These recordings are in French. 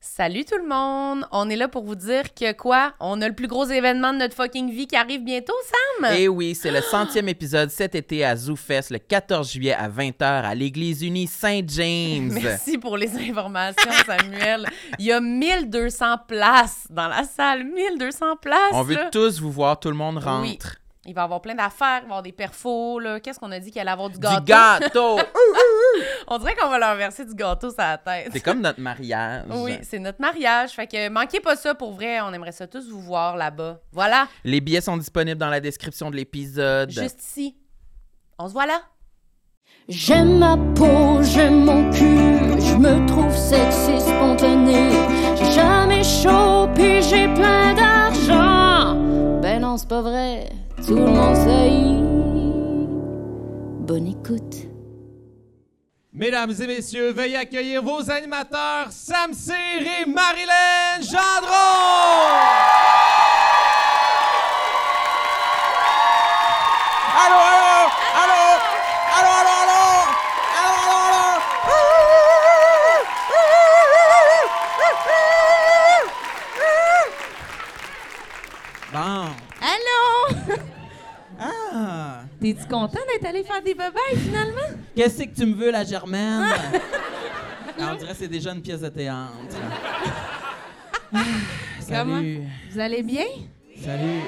Salut tout le monde! On est là pour vous dire que quoi? On a le plus gros événement de notre fucking vie qui arrive bientôt, Sam! Et Eh oui, c'est le centième épisode cet été à ZooFest, le 14 juillet à 20h à l'Église unie Saint-James. Merci pour les informations, Samuel. Il y a 1200 places dans la salle. 1200 places! On veut là. tous vous voir, tout le monde rentre. Oui. Il va y avoir plein d'affaires, il va y avoir des perfos, là. Qu'est-ce qu'on a dit qu'il allait avoir du gâteau? Du gâteau! On dirait qu'on va leur verser du gâteau sur la tête. c'est comme notre mariage. Oui, c'est notre mariage. Fait que manquez pas ça pour vrai. On aimerait ça tous vous voir là-bas. Voilà, Les billets sont disponibles dans la description de l'épisode. juste ici. On se voit là. J'aime ma peau, j'aime mon cul, je me trouve sexy spontané. J'ai jamais chaud, puis j'ai plein d'argent. Ben non, c'est pas vrai, tout le monde sait. Bonne écoute. Mesdames et messieurs, veuillez accueillir vos animateurs Sam Cyr et Marilyn Gendron! Allô, allô, allô, allô, allô, allô, allô, allô, allô. Allô? Bon. Ah. T'es-tu content d'être allé faire des bebeilles finalement? Qu'est-ce que tu me veux, la Germaine? Ah, on dirait que c'est déjà une pièce de théâtre. Ah, Salut. Vous allez bien? Salut.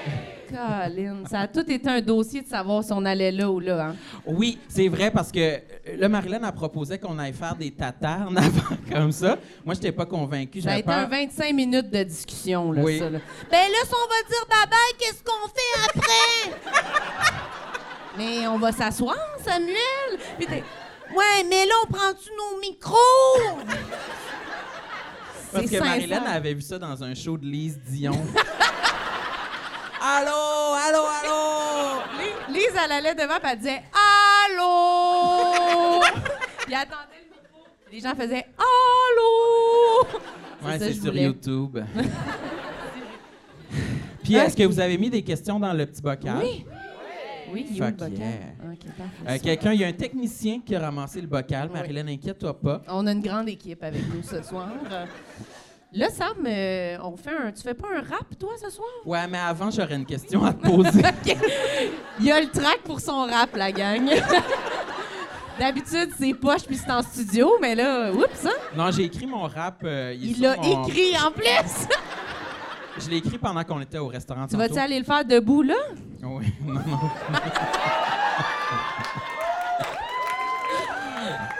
Colin, ça a tout été un dossier de savoir si on allait là ou là. Hein? Oui, c'est vrai parce que euh, là, Marilyn a proposé qu'on aille faire des tatarnes avant comme ça. Moi, je n'étais pas convaincu. Ça a J'avais été un peur. 25 minutes de discussion, là, Oui. ça. là. Ben là, si on va dire bye-bye, qu'est-ce qu'on fait après? mais on va s'asseoir, Samuel. Puis t'es- ouais, mais là, on prend-tu nos micros? Parce C'est que Marilyn sincère. avait vu ça dans un show de Lise Dion. allô, allô, allô! Lise, elle allait devant, puis elle disait Allô! puis elle attendait le micro. Les gens faisaient Allô! ça Ouais, c'est que je sur voulais. YouTube. Puis, est-ce que vous avez mis des questions dans le petit bocal? Oui. Oui, il est où le Fuck bocal? yeah. Ok, parfait. Euh, Quelqu'un, il y a un technicien qui a ramassé le bocal. Marilyn, inquiète-toi pas. On a une grande équipe avec nous ce soir. Euh, Là, Sam, euh, on fait un, tu fais pas un rap, toi, ce soir? Ouais, mais avant, j'aurais une question à te poser. OK. Il y a le track pour son rap, la gang. D'habitude, c'est poche, puis c'est en studio, mais là, oups, hein? non, j'ai écrit mon rap. euh, il est Il sur l'a mon- écrit en plus! Je l'ai écrit pendant qu'on était au restaurant. tu vas-tu tantôt. aller le faire debout, là? Oui, non, non.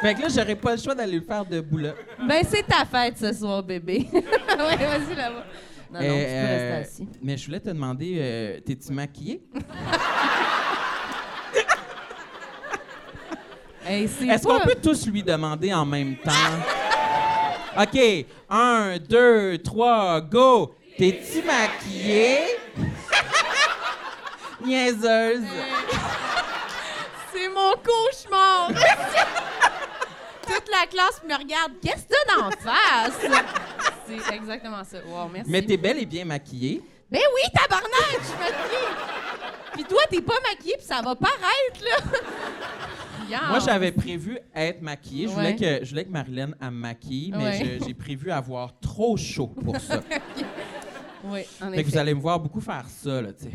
fait que là, j'aurais pas le choix d'aller le faire debout là. Ben, c'est ta fête ce soir, bébé. ouais, vas-y là-bas. Non, non, tu peux Euh, rester euh, assis. Mais je voulais te demander, euh, t'es-tu maquillée? Hey, c'est Est-ce pas- qu'on peut tous lui demander en même temps? OK. Un, deux, trois, go! T'es-tu maquillée? Niaiseuse! C'est mon cauchemar! Toute la classe me regarde. Qu'est-ce que t'as d'en face? C'est exactement ça. Wow, merci. Mais t'es bel et bien maquillée. Ben oui, tabarnak, je suis maquillée. Puis toi, t'es pas maquillée, puis ça va paraître, là. Regarde. Moi, j'avais prévu être maquillée. Je voulais, Ah. Ouais. que, je voulais que Marilyn elle me maquille, mais Ouais. je- j'ai prévu avoir trop chaud pour ça. Oui, en fait effet. que vous allez me voir beaucoup faire ça, là, tu sais.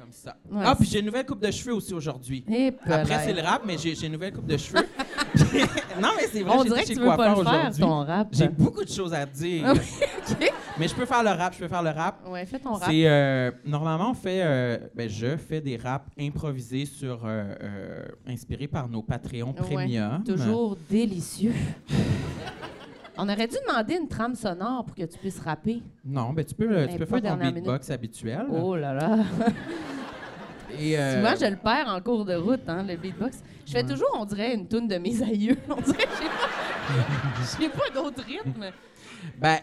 Comme ça. Ouais, ah, puis j'ai une nouvelle coupe de cheveux aussi aujourd'hui. Et Après, polaire. c'est le rap, mais j'ai j'ai une nouvelle coupe de cheveux. non, mais c'est vrai, On j'ai dirait que tu été chez veux pas coiffeur le faire, aujourd'hui. ton rap. J'ai beaucoup de choses à dire. Ah oui, OK. mais je peux faire le rap, je peux faire le rap. Ouais, fais ton rap. C'est euh, normalement on fait, euh, ben, je fais des raps improvisés sur euh, euh, inspirés par nos Patreons Ouais, premium. Toujours délicieux. On aurait dû demander une trame sonore pour que tu puisses rapper. Non, ben tu peux, euh, tu Un peux peu faire ton dernière beatbox habituel. Oh là là. Et, euh, Souvent, je le perds en cours de route, hein, le beatbox. Je fais toujours, on dirait, une toune de mes aïeux. On dirait que j'ai pas, j'ai pas d'autre rythme. ben,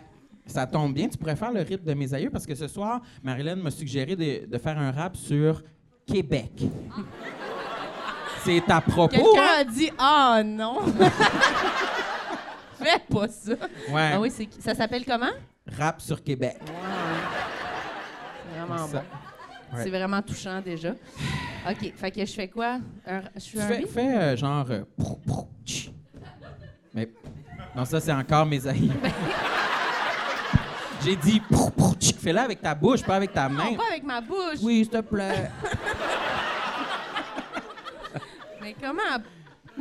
ça tombe bien, tu pourrais faire le rythme de mes aïeux parce que ce soir, Marilyn m'a suggéré de, de faire un rap sur Québec. C'est à propos. Quelqu'un hein? a dit Ah non! Fais pas ça! hein? Ouais. Ah oui, c'est, ça s'appelle comment? Rap sur Québec. C'est vraiment Ça. Ah, bon. Ouais. C'est vraiment touchant déjà. OK, fait que je fais quoi? Un- je suis Tu un fais, beat? fais, euh, genre. euh, prou, prou, tch. Mais. Non, ça, c'est encore mes aïeux. J'ai dit, prou, prou, tchic, fais-la avec ta bouche, pas avec ta main. Non, pas avec ma bouche. Oui, s'il te plaît. Mais comment?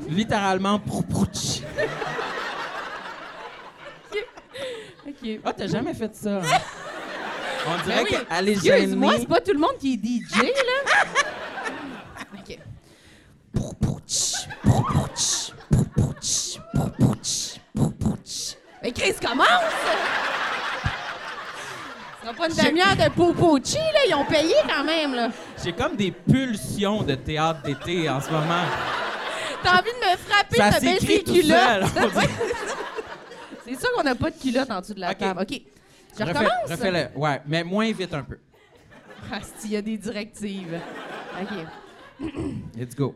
Littéralement, prou, prou, tchic. OK. Ah, t'as jamais fait ça. hein? On dirait Ben oui. qu'elle est gênée. Excuse-moi, c'est pas tout le monde qui est DJ, là. OK. Prou, prou, tchic, prou, prou, tchic, prou, prou, tchic, prou, prou, tchic, prou, prou, tchic. Mais Chris, commence! Ce sera pas une demi-heure de popochi, là. Ils ont payé quand même, là. J'ai comme des pulsions de théâtre d'été en ce moment. T'as envie de me frapper, Ça de me s'écrit baisser tout les culottes. seul, on dit. Ouais, c'est ça. c'est sûr qu'on n'a pas de culotte en dessous de la OK. table. OK. Je Refais- recommence? Refais-le, ouais, mais moins vite un peu. Ah, il y a des directives. OK. Let's go.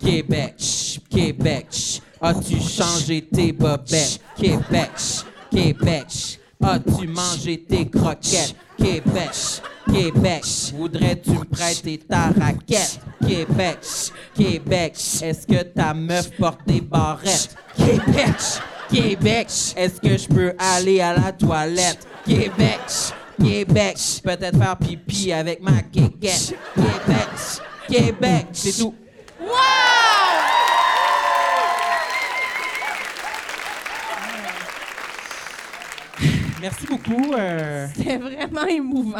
Québec, Québec, as-tu changé tes bobettes? Québec, Québec, as-tu mangé tes croquettes? Québec, Québec, voudrais-tu me prêter ta raquette? Québec, Québec, est-ce que ta meuf porte des barrettes? Québec, Québec, est-ce que je peux aller à la toilette? Québec, Québec, peut-être faire pipi avec ma quéquette. Québec, Québec, c'est tout. Wow! Merci beaucoup. euh, C'était vraiment émouvant.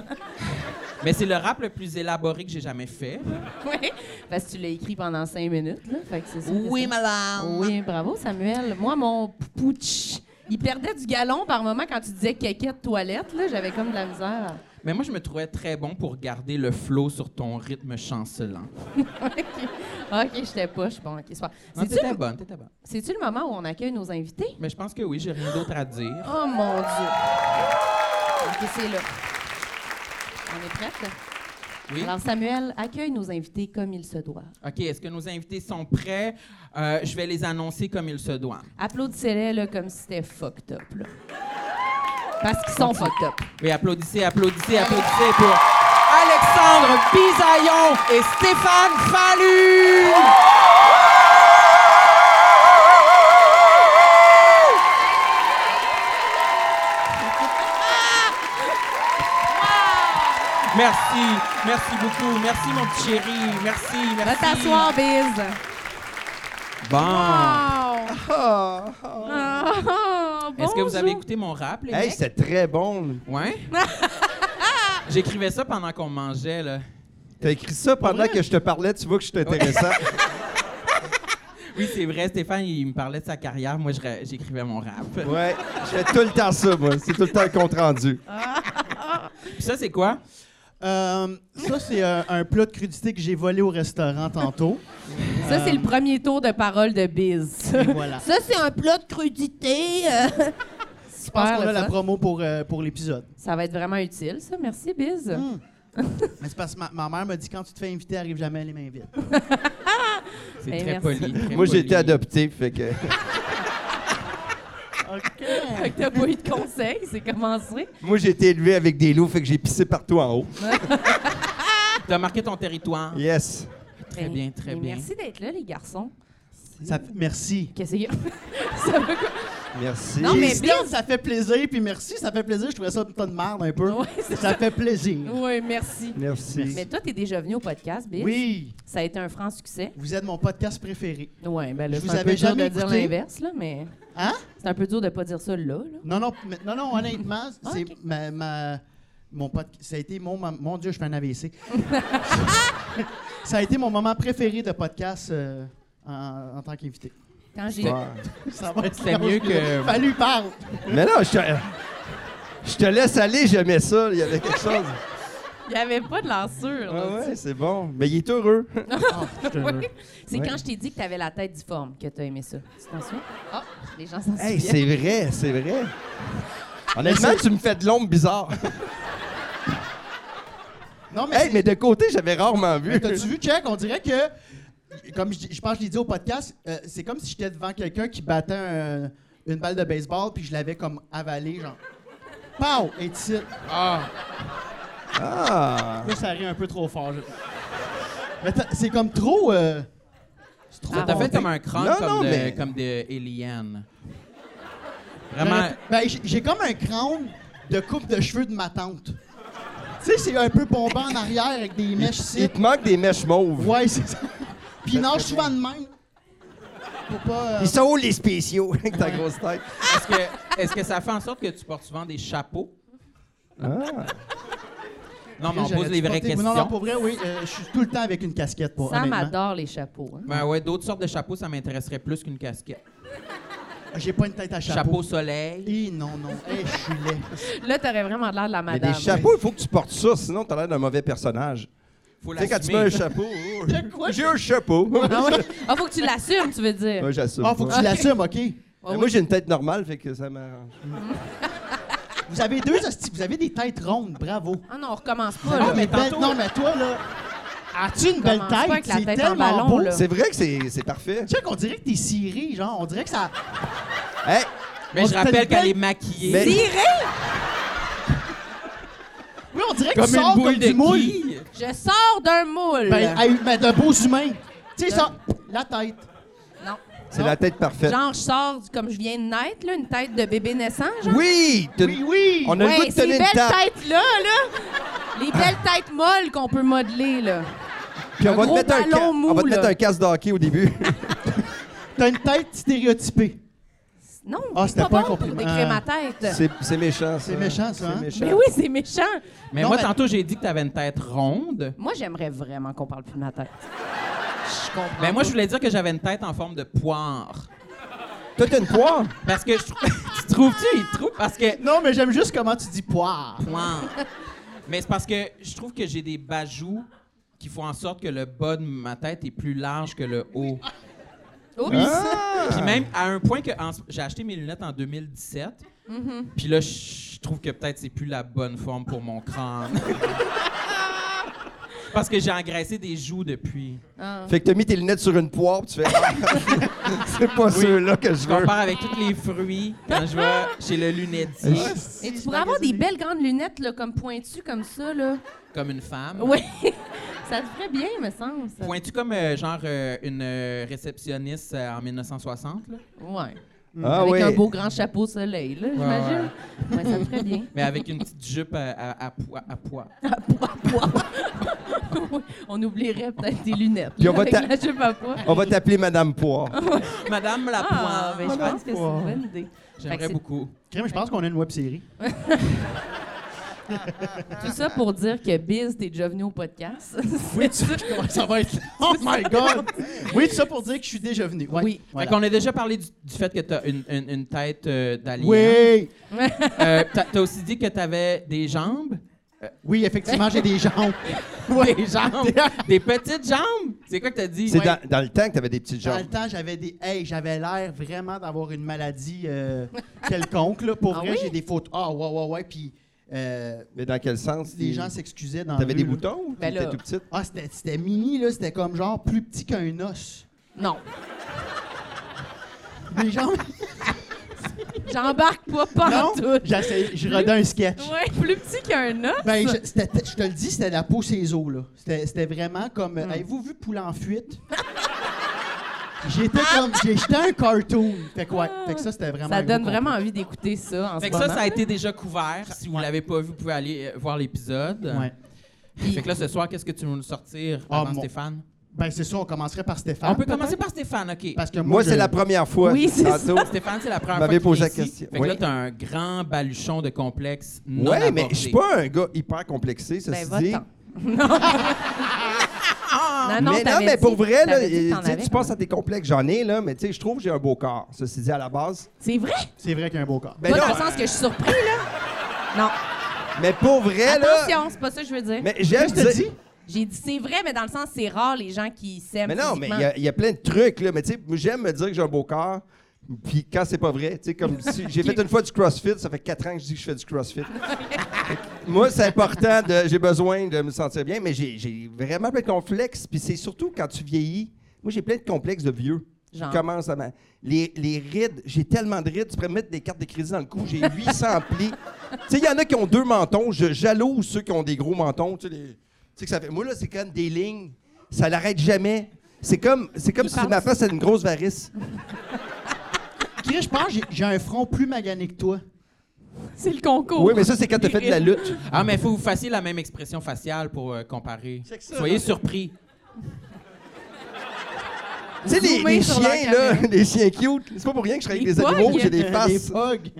mais c'est le rap le plus élaboré que j'ai jamais fait. Oui. Parce que tu l'as écrit pendant cinq minutes, là. Fait que c'est sûr que ça- madame. Oui, bravo, Samuel. Moi, mon pouch, il perdait du galon par moment quand tu disais quéquette toilette, là. J'avais comme de la misère. Mais moi, je me trouvais très bon pour garder le flow sur ton rythme chancelant. OK. OK, j'étais pas, je suis bon. OK, c'est pas. Non, C'est-tu t'étais le- bonne, t'étais bonne. C'est-tu le moment où on accueille nos invités? Mais je pense que oui, j'ai rien d'autre à dire. Oh mon Dieu! OK, c'est là. On est prête? Oui. Alors, Samuel, accueille nos invités comme il se doit. OK, est-ce que nos invités sont prêts? Euh, je vais les annoncer comme il se doit. Applaudissez-les là, comme si c'était fucked up. là. Parce qu'ils sont fucked up. Oui, applaudissez, applaudissez, applaudissez pour Alexandre Bisaillon et Stéphane Fallu. Merci, merci beaucoup, merci mon petit chéri, merci, Va merci. t'asseoir, Biz! Bon. Wow! Ah, Est-ce que vous avez bonjour. écouté mon rap, les Hey, mecs? c'est très bon. Ouais. J'écrivais ça pendant qu'on mangeait, là. T'as écrit ça pendant que je te parlais, tu vois que je suis intéressant. Oui, c'est vrai, Stéphane, il me parlait de sa carrière. Moi, je ra- j'écrivais mon rap. ouais, je fais tout le temps ça, moi. C'est tout le temps le compte rendu. Puis ça, c'est quoi? Euh, ça, c'est un, un plat de crudité que j'ai volé au restaurant tantôt. Ça, c'est le premier tour de parole de Biz. Et voilà. Ça, c'est un plat de crudité. euh. Je pense Super, qu'on le a la fun. promo pour, euh, pour l'épisode. Ça va être vraiment utile, ça. Merci, Biz. Mais c'est parce que ma, ma mère m'a dit quand tu te fais inviter, arrive jamais à les mains vides. C'est Ben, très merci. poli. très Moi, j'ai poli. été adopté, fait que. OK. Fait que t'as pas eu de conseils, c'est commencé. Moi, j'ai été élevé avec des loups, fait que j'ai pissé partout en haut. T'as marqué ton territoire. Yes. Très bien, très Mais bien. Ben, Merci d'être là, les garçons. Ça, fait- merci. Qu'est-ce que ça veut quoi? Merci. Non, mais Christian, bien. ça fait plaisir, puis merci, ça fait plaisir. Je trouvais ça un tas de merde un peu. Ouais, c'est ça fait plaisir. Oui, merci. Merci. Mais toi, t'es déjà venu au podcast, Biz. Oui, Ça a été un franc succès. vous êtes mon podcast préféré. Oui, ben là, Je c'est vous un peu avais dur de jamais dire écouté. l'inverse, là, mais Hein? c'est un peu dur de pas dire ça là. là. Non, non, mais- non, non honnêtement, Ah, c'est ok. ma, ma- mon podcast. Ça a été mon. mom- Mon Dieu, je fais un AVC. ça a été mon moment préféré de podcast euh, en, en tant qu'invité. Quand j'ai Ouais. Ça va être C'était mieux que- Fallu parle. Mais non, je te, je te laisse aller, j'aimais ça. Il y avait quelque chose. Il n'y avait pas de lanceur. Ah là, ouais, c'est bon. Mais il est heureux. tu- Oui. C'est Ouais. quand je t'ai dit que tu avais la tête difforme que tu as aimé ça. Tu t'en souviens? Ah, les gens s'en Hey, souviennent. c'est vrai, c'est vrai. Honnêtement, tu me fais de l'ombre bizarre. Non, mais. Hey, mais de côté, j'avais rarement vu. c'est- T'as-tu vu, Chuck? On dirait que. Comme je, je pense que je l'ai dit au podcast, euh, c'est comme si j'étais devant quelqu'un qui battait un- une balle de baseball, puis je l'avais comme avalé, genre. Pow! Et tu Ah. Là, ça rit un peu trop fort. je- Mais t'as- c'est comme trop. euh, C'est trop. Ça T'as monté. fait comme un crâne Non, comme, non, de, mais- comme de Eliane. Vraiment. Ben, j'- j'ai comme un crâne de coupe de cheveux de ma tante. Tu sais, c'est un peu bombant en arrière avec des mèches ici. Il te manque des mèches mauves. Ouais, c'est ça. Puis il nage souvent de même. Pour pas. euh, Ils sont où les spéciaux avec ta grosse tête? Est-ce que, est-ce que ça fait en sorte que tu portes souvent des chapeaux? Ah, Non, mais on pose j'aurais les dû vraies porter- questions. Non, non, pour vrai, oui. euh, je suis tout le temps avec une casquette, pour Sam honnêtement. adore les chapeaux. hein. Ben ouais, d'autres sortes de chapeaux, ça m'intéresserait plus qu'une casquette. J'ai pas une tête à Chapeau, chapeau. soleil. Eh non, non. Eh, je suis laid. Là, t'aurais vraiment l'air de la Mais madame. hein. des chapeaux, Ah, il faut que tu portes ça, sinon t'as l'air d'un mauvais personnage. Faut Tu sais, quand tu mets l'assumer. un chapeau, oh, j'ai un chapeau. Ah ouais? Ah, faut que tu l'assumes, tu veux dire. Moi, j'assume. Ah, faut que pas. tu l'assumes, OK. Mais Moi, j'ai une tête normale, fait que ça m'arrange. Vous avez deux hosties, vous avez des têtes rondes, bravo. Ah non, on recommence pas, Ah, là. mais belle- non, mais toi, là, as-tu une belle Commence pas tête? avec la C'est tête en tellement ballon, beau. là. C'est vrai que c'est c'est parfait. Tu sais qu'on dirait que t'es ciré, genre, on dirait que ça... Hey, Mais On je t'a rappelle une qu'elle belle- est maquillée. mais- Oui, on dirait que Comme tu sors une boule comme de du moule. quille. Je sors d'un moule. Ben, à- mais de beaux humains. Tu sais, ça, la tête. non. c'est la tête parfaite. Genre, je sors du- comme je viens de naître, là, une tête de bébé naissant, genre. Oui! t'as- Oui, oui. On a le goût ouais, de ces tenir belles une table. têtes-là, là. Les belles têtes molles qu'on peut modeler, là. Puis on un va te gros mettre un ballon ca- on va mou, te mettre là. un casque d'hockey au début. T'as une tête stéréotypée. Non, Ah, c'est c'était pas, pas un bon pour compliment. décrire ma tête. C'est c'est méchant, ça. C'est méchant, ça, hein? C'est méchant. Mais oui, c'est méchant. Mais Non, moi, mais- tantôt, j'ai dit que t'avais une tête ronde. Moi, j'aimerais vraiment qu'on parle plus de ma tête. Je comprends. Ah, Ben moi, pas. je voulais dire que j'avais une tête en forme de poire. Toi, t'as une poire? Parce que je trouve... tu trouves-tu? Il trouve parce que... Non, mais j'aime juste comment tu dis poire. Poire. Mais c'est parce que je trouve que j'ai des bajoux qui font en sorte que le bas de ma tête est plus large que le haut. Oups. Ah! Ah! Puis même à un point que en ce- j'ai acheté mes lunettes en 2017. Puis là, je trouve que peut-être c'est plus la bonne forme pour mon crâne. Parce que j'ai engraissé des joues depuis. Fait que t'as mis tes lunettes sur une poire, puis tu fais... Ah, c'est pas ceux-là que je Je veux. compare avec tous les fruits quand je vais chez le lunetier Et tu pourrais avoir des belles grandes lunettes, là, comme pointues, comme ça, là. comme une femme. Oui. ça te ferait bien, me semble. ça. Pointu comme euh, genre euh, une euh, réceptionniste euh, en 1960, là, Ouais. Ah Avec oui. un beau grand chapeau soleil, là, j'imagine. Ouais, ça me ferait bien. mais avec une petite jupe à, à, à pois- à pois. On oublierait peut-être tes lunettes. Puis on là, va avec t'a- la jupe à pois. On va t'appeler Madame Poire. Madame la Ah, poire. ben, je pense que c'est une bonne idée. Fait J'aimerais que beaucoup. Crème, je pense qu'on a une web-série. Tout ça pour dire que Biz, t'es déjà venu au podcast. Oui, tu ça va être... Oh my God! Oui, tout ça pour dire que je suis déjà venu. Ouais. Oui. Voilà. Fait qu'on a déjà parlé du, du fait que t'as une, une, une tête euh, d'alien. Oui! Euh, t'as, t'as aussi dit que t'avais des jambes. Oui, effectivement, j'ai des jambes. Des Ah, jambes. des petites jambes. C'est quoi que t'as dit? C'est dans, dans le temps que t'avais des petites Dans jambes. le temps, j'avais des. Hey, j'avais l'air vraiment d'avoir une maladie euh, quelconque. Là. Pour Ah vrai, oui? j'ai des fautes. Ah, ouais, ouais, ouais. Puis euh, Mais dans quel sens? les t'es- gens s'excusaient dans. la T'avais des rue, là. boutons ou Ben t'étais là. tout petite? Ah, c'était c'était mini, là. C'était comme genre plus petit qu'un os. Non. Les gens. J'embarque pas non, pantoute. j'essaie- je redais un sketch. Ouais, plus petit qu'un os. Ben, je, c'était- je te le dis, c'était la peau ses os, là. C'était c'était vraiment comme. Hmm. euh, Avez-vous vu Poule en fuite? J'étais comme. j'ai- J'étais un cartoon. Fait que, ouais. Fait que ça, c'était vraiment. Ça un donne gros vraiment envie d'écouter ça en Fait ce que moment. ça, ça a été déjà couvert. Si vous l'avez pas vu, vous pouvez aller euh, voir l'épisode. complot. Ouais. Fait que là, ce soir, qu'est-ce que tu veux nous sortir Ah, avant mon- Stéphane? Ben, c'est ça, on commencerait par Ah, Stéphane. On peut commencer par Stéphane, OK. Parce que moi, Moi, je- c'est la première fois. Oui, c'est tantôt. Stéphane, c'est la Vous première m'avez fois qu'il est posé la ici. question. Fait que là, Oui. t'as un grand baluchon de complexe non Ouais, mais abordé. je suis pas un gars hyper complexé, Ben, ceci dit. va-t'en. Non. non, mais non, t'avais mais dit- pour vrai, là, euh, t'avais dit que t'en tu sais, avais. tu penses à tes complexes, j'en ai, là, mais tu sais, je trouve que j'ai un beau corps, ceci dit, à la base. C'est vrai? C'est vrai qu'il y a un beau corps. Ben pas non, dans le sens que je suis surpris, là. Non. mais pour vrai, là. Attention, c'est pas ça que je veux dire. Mais j'aime je te dire- dis, J'ai dit c'est vrai, mais dans le sens, c'est rare les gens qui s'aiment. Mais non, mais il physiquement. y a- il y, a plein de trucs, là. Mais tu sais, moi, j'aime me dire que j'ai un beau corps. Puis quand c'est pas vrai, tu sais, comme si j'ai fait une fois du CrossFit, ça fait quatre ans que je dis que je fais du CrossFit. moi, c'est important, de, j'ai besoin de me sentir bien, mais j'ai, j'ai vraiment plein de complexes. Puis c'est surtout quand tu vieillis. Moi, j'ai plein de complexes de vieux. Genre? Je commence à. m'a- Les, les rides, j'ai tellement de rides, tu pourrais me mettre des cartes de crédit dans le cou, j'ai 800 plis. Tu sais, il y en a qui ont deux mentons, je jalouse ceux qui ont des gros mentons. Tu sais, les- tu sais que ça fait. Moi, là, c'est comme des lignes, ça l'arrête jamais. C'est comme, c'est comme Il si passe. ma face c'était une grosse varice. vrai, Ben, je pense que j'ai- j'ai un front plus magané que toi. C'est le concours. Oui, mais ça, c'est quand t'as fait de la lutte. Ah, mais il faut que vous fassiez la même expression faciale pour euh, comparer. C'est que ça, Soyez là. surpris. Tu sais, les, Zoomez les sur leur chiens, là, caméra. les chiens cute. C'est pas pour rien que je travaille avec Les des animaux, pogs. j'ai des Des faces. fogs.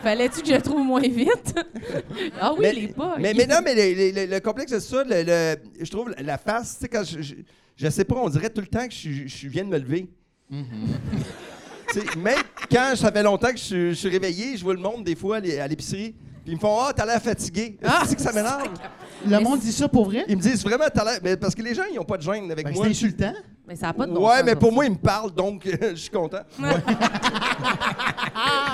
Fallait-tu que je le trouve moins vite? ah oui, les pas. Mais, mais non, mais le, le- le- le complexe de ça, le- le- je trouve la face, tu sais, quand je, je, je sais pas, on dirait tout le temps que je, suis- je suis- viens de me lever. Mm-hmm. Tu sais, même quand ça fait longtemps que je, suis- je suis réveillé, je vois le monde des fois à l'é- à l'épicerie, puis ils me font Ah, t'as l'air fatigué. Ah! c'est que ça m'énerve. Le monde dit ça pour vrai? Ils me disent vraiment, t'as l'air. Mais parce que les gens, ils ont pas de gêne avec Ben, c'est moi. insultant. Mais ça n'a pas de bon ouais, sens, mais pour ça. moi, ils me parlent, donc je suis content. T'as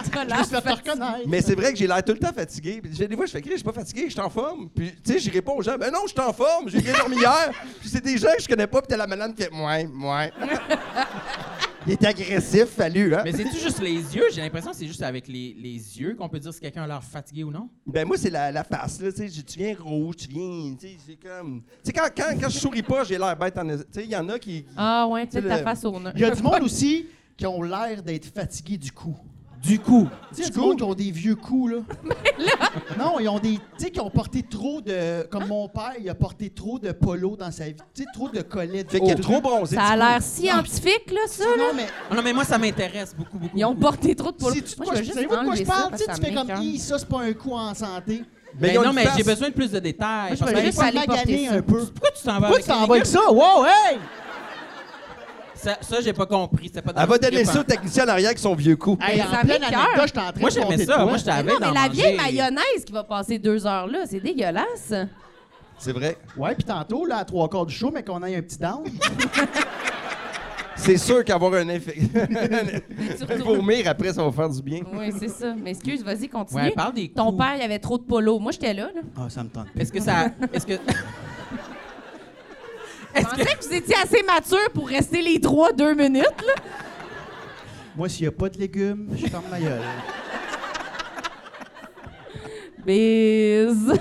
Je l'air veux se faire te reconnaître. Mais c'est vrai que j'ai l'air tout le temps fatigué. Puis des fois, je fais Chris, je suis pas fatigué, je suis en forme. Puis, tu sais, je réponds aux gens, ben non, je suis en forme, j'ai bien dormi hier. Puis c'est des gens que je connais pas, puis t'as la madame qui fait, ouais, ouais. Il est agressif, fallu, hein. Mais c'est-tu juste les yeux? J'ai l'impression que c'est juste avec les, les yeux qu'on peut dire si quelqu'un a l'air fatigué ou non. Ben moi, c'est la, la face, là, tu sais, tu viens rouge, tu viens, tu sais, c'est comme. Tu sais, quand, quand, quand je souris pas, j'ai l'air bête en. Tu sais, il y en a qui. Ah ouais, tu sais, C'est ta le- face au nez. Il y a du monde aussi qui ont l'air d'être fatigués du cou. Du coup. Tu sais, il y a du monde qui ont des vieux coups, là. Non, ils ont des. Tu sais, qui ont porté trop de. Comme mon père, il a porté trop de polo dans sa vie. Tu sais, trop de collets. Fait qu'il est trop bronzé. Ça du a coup. l'air scientifique, là, ça, là. Non, mais Ah, non, mais moi, ça m'intéresse beaucoup, beaucoup. Ils ont beaucoup. porté trop de poils. si tu te Moi, je vais couches, juste savez-vous de quoi je enlever ça parle? Tu parce sais, que tu ça fais comme. m'écœure. Hi, ça, c'est pas un coup en santé. Ben, Ben ils ont non, une mais face- j'ai besoin de plus de détails. je vais parce que- juste Pas aller porter magané ça. un peu. Pourquoi tu t'en vas Pourquoi avec tu t'en les vas avec gars? ça? Wow, hey! Ça, ça, j'ai pas compris. C'était pas dans Elle va le donner script, ça hein. au technicien en arrière avec son vieux coup. Hey, Mais en ça pleine m'écoeure. anecdote, j'étais en train Moi, de compter j'aimais de ça. quoi. Moi, j'étais Mais avec non, mais la vieille mayonnaise qui va passer deux heures là, c'est dégueulasse. C'est vrai. Ouais, puis tantôt, là, à trois quarts du show, mais qu'on ait un petit down. C'est sûr qu'avoir un effet. Mais tu retournes- Vomir après, ça va faire du bien. Oui, c'est ça. Mais excuse, vas-y, continue. Ouais, parle des Ton coups. père, il avait trop de polo. Moi, j'étais là. là. Ah, ça me tente. Est-ce que ça. Est-ce que. Je pensais que vous étiez assez mature pour rester les trois deux minutes. Là. Moi, s'il n'y a pas de légumes, je ferme ma gueule. Bise.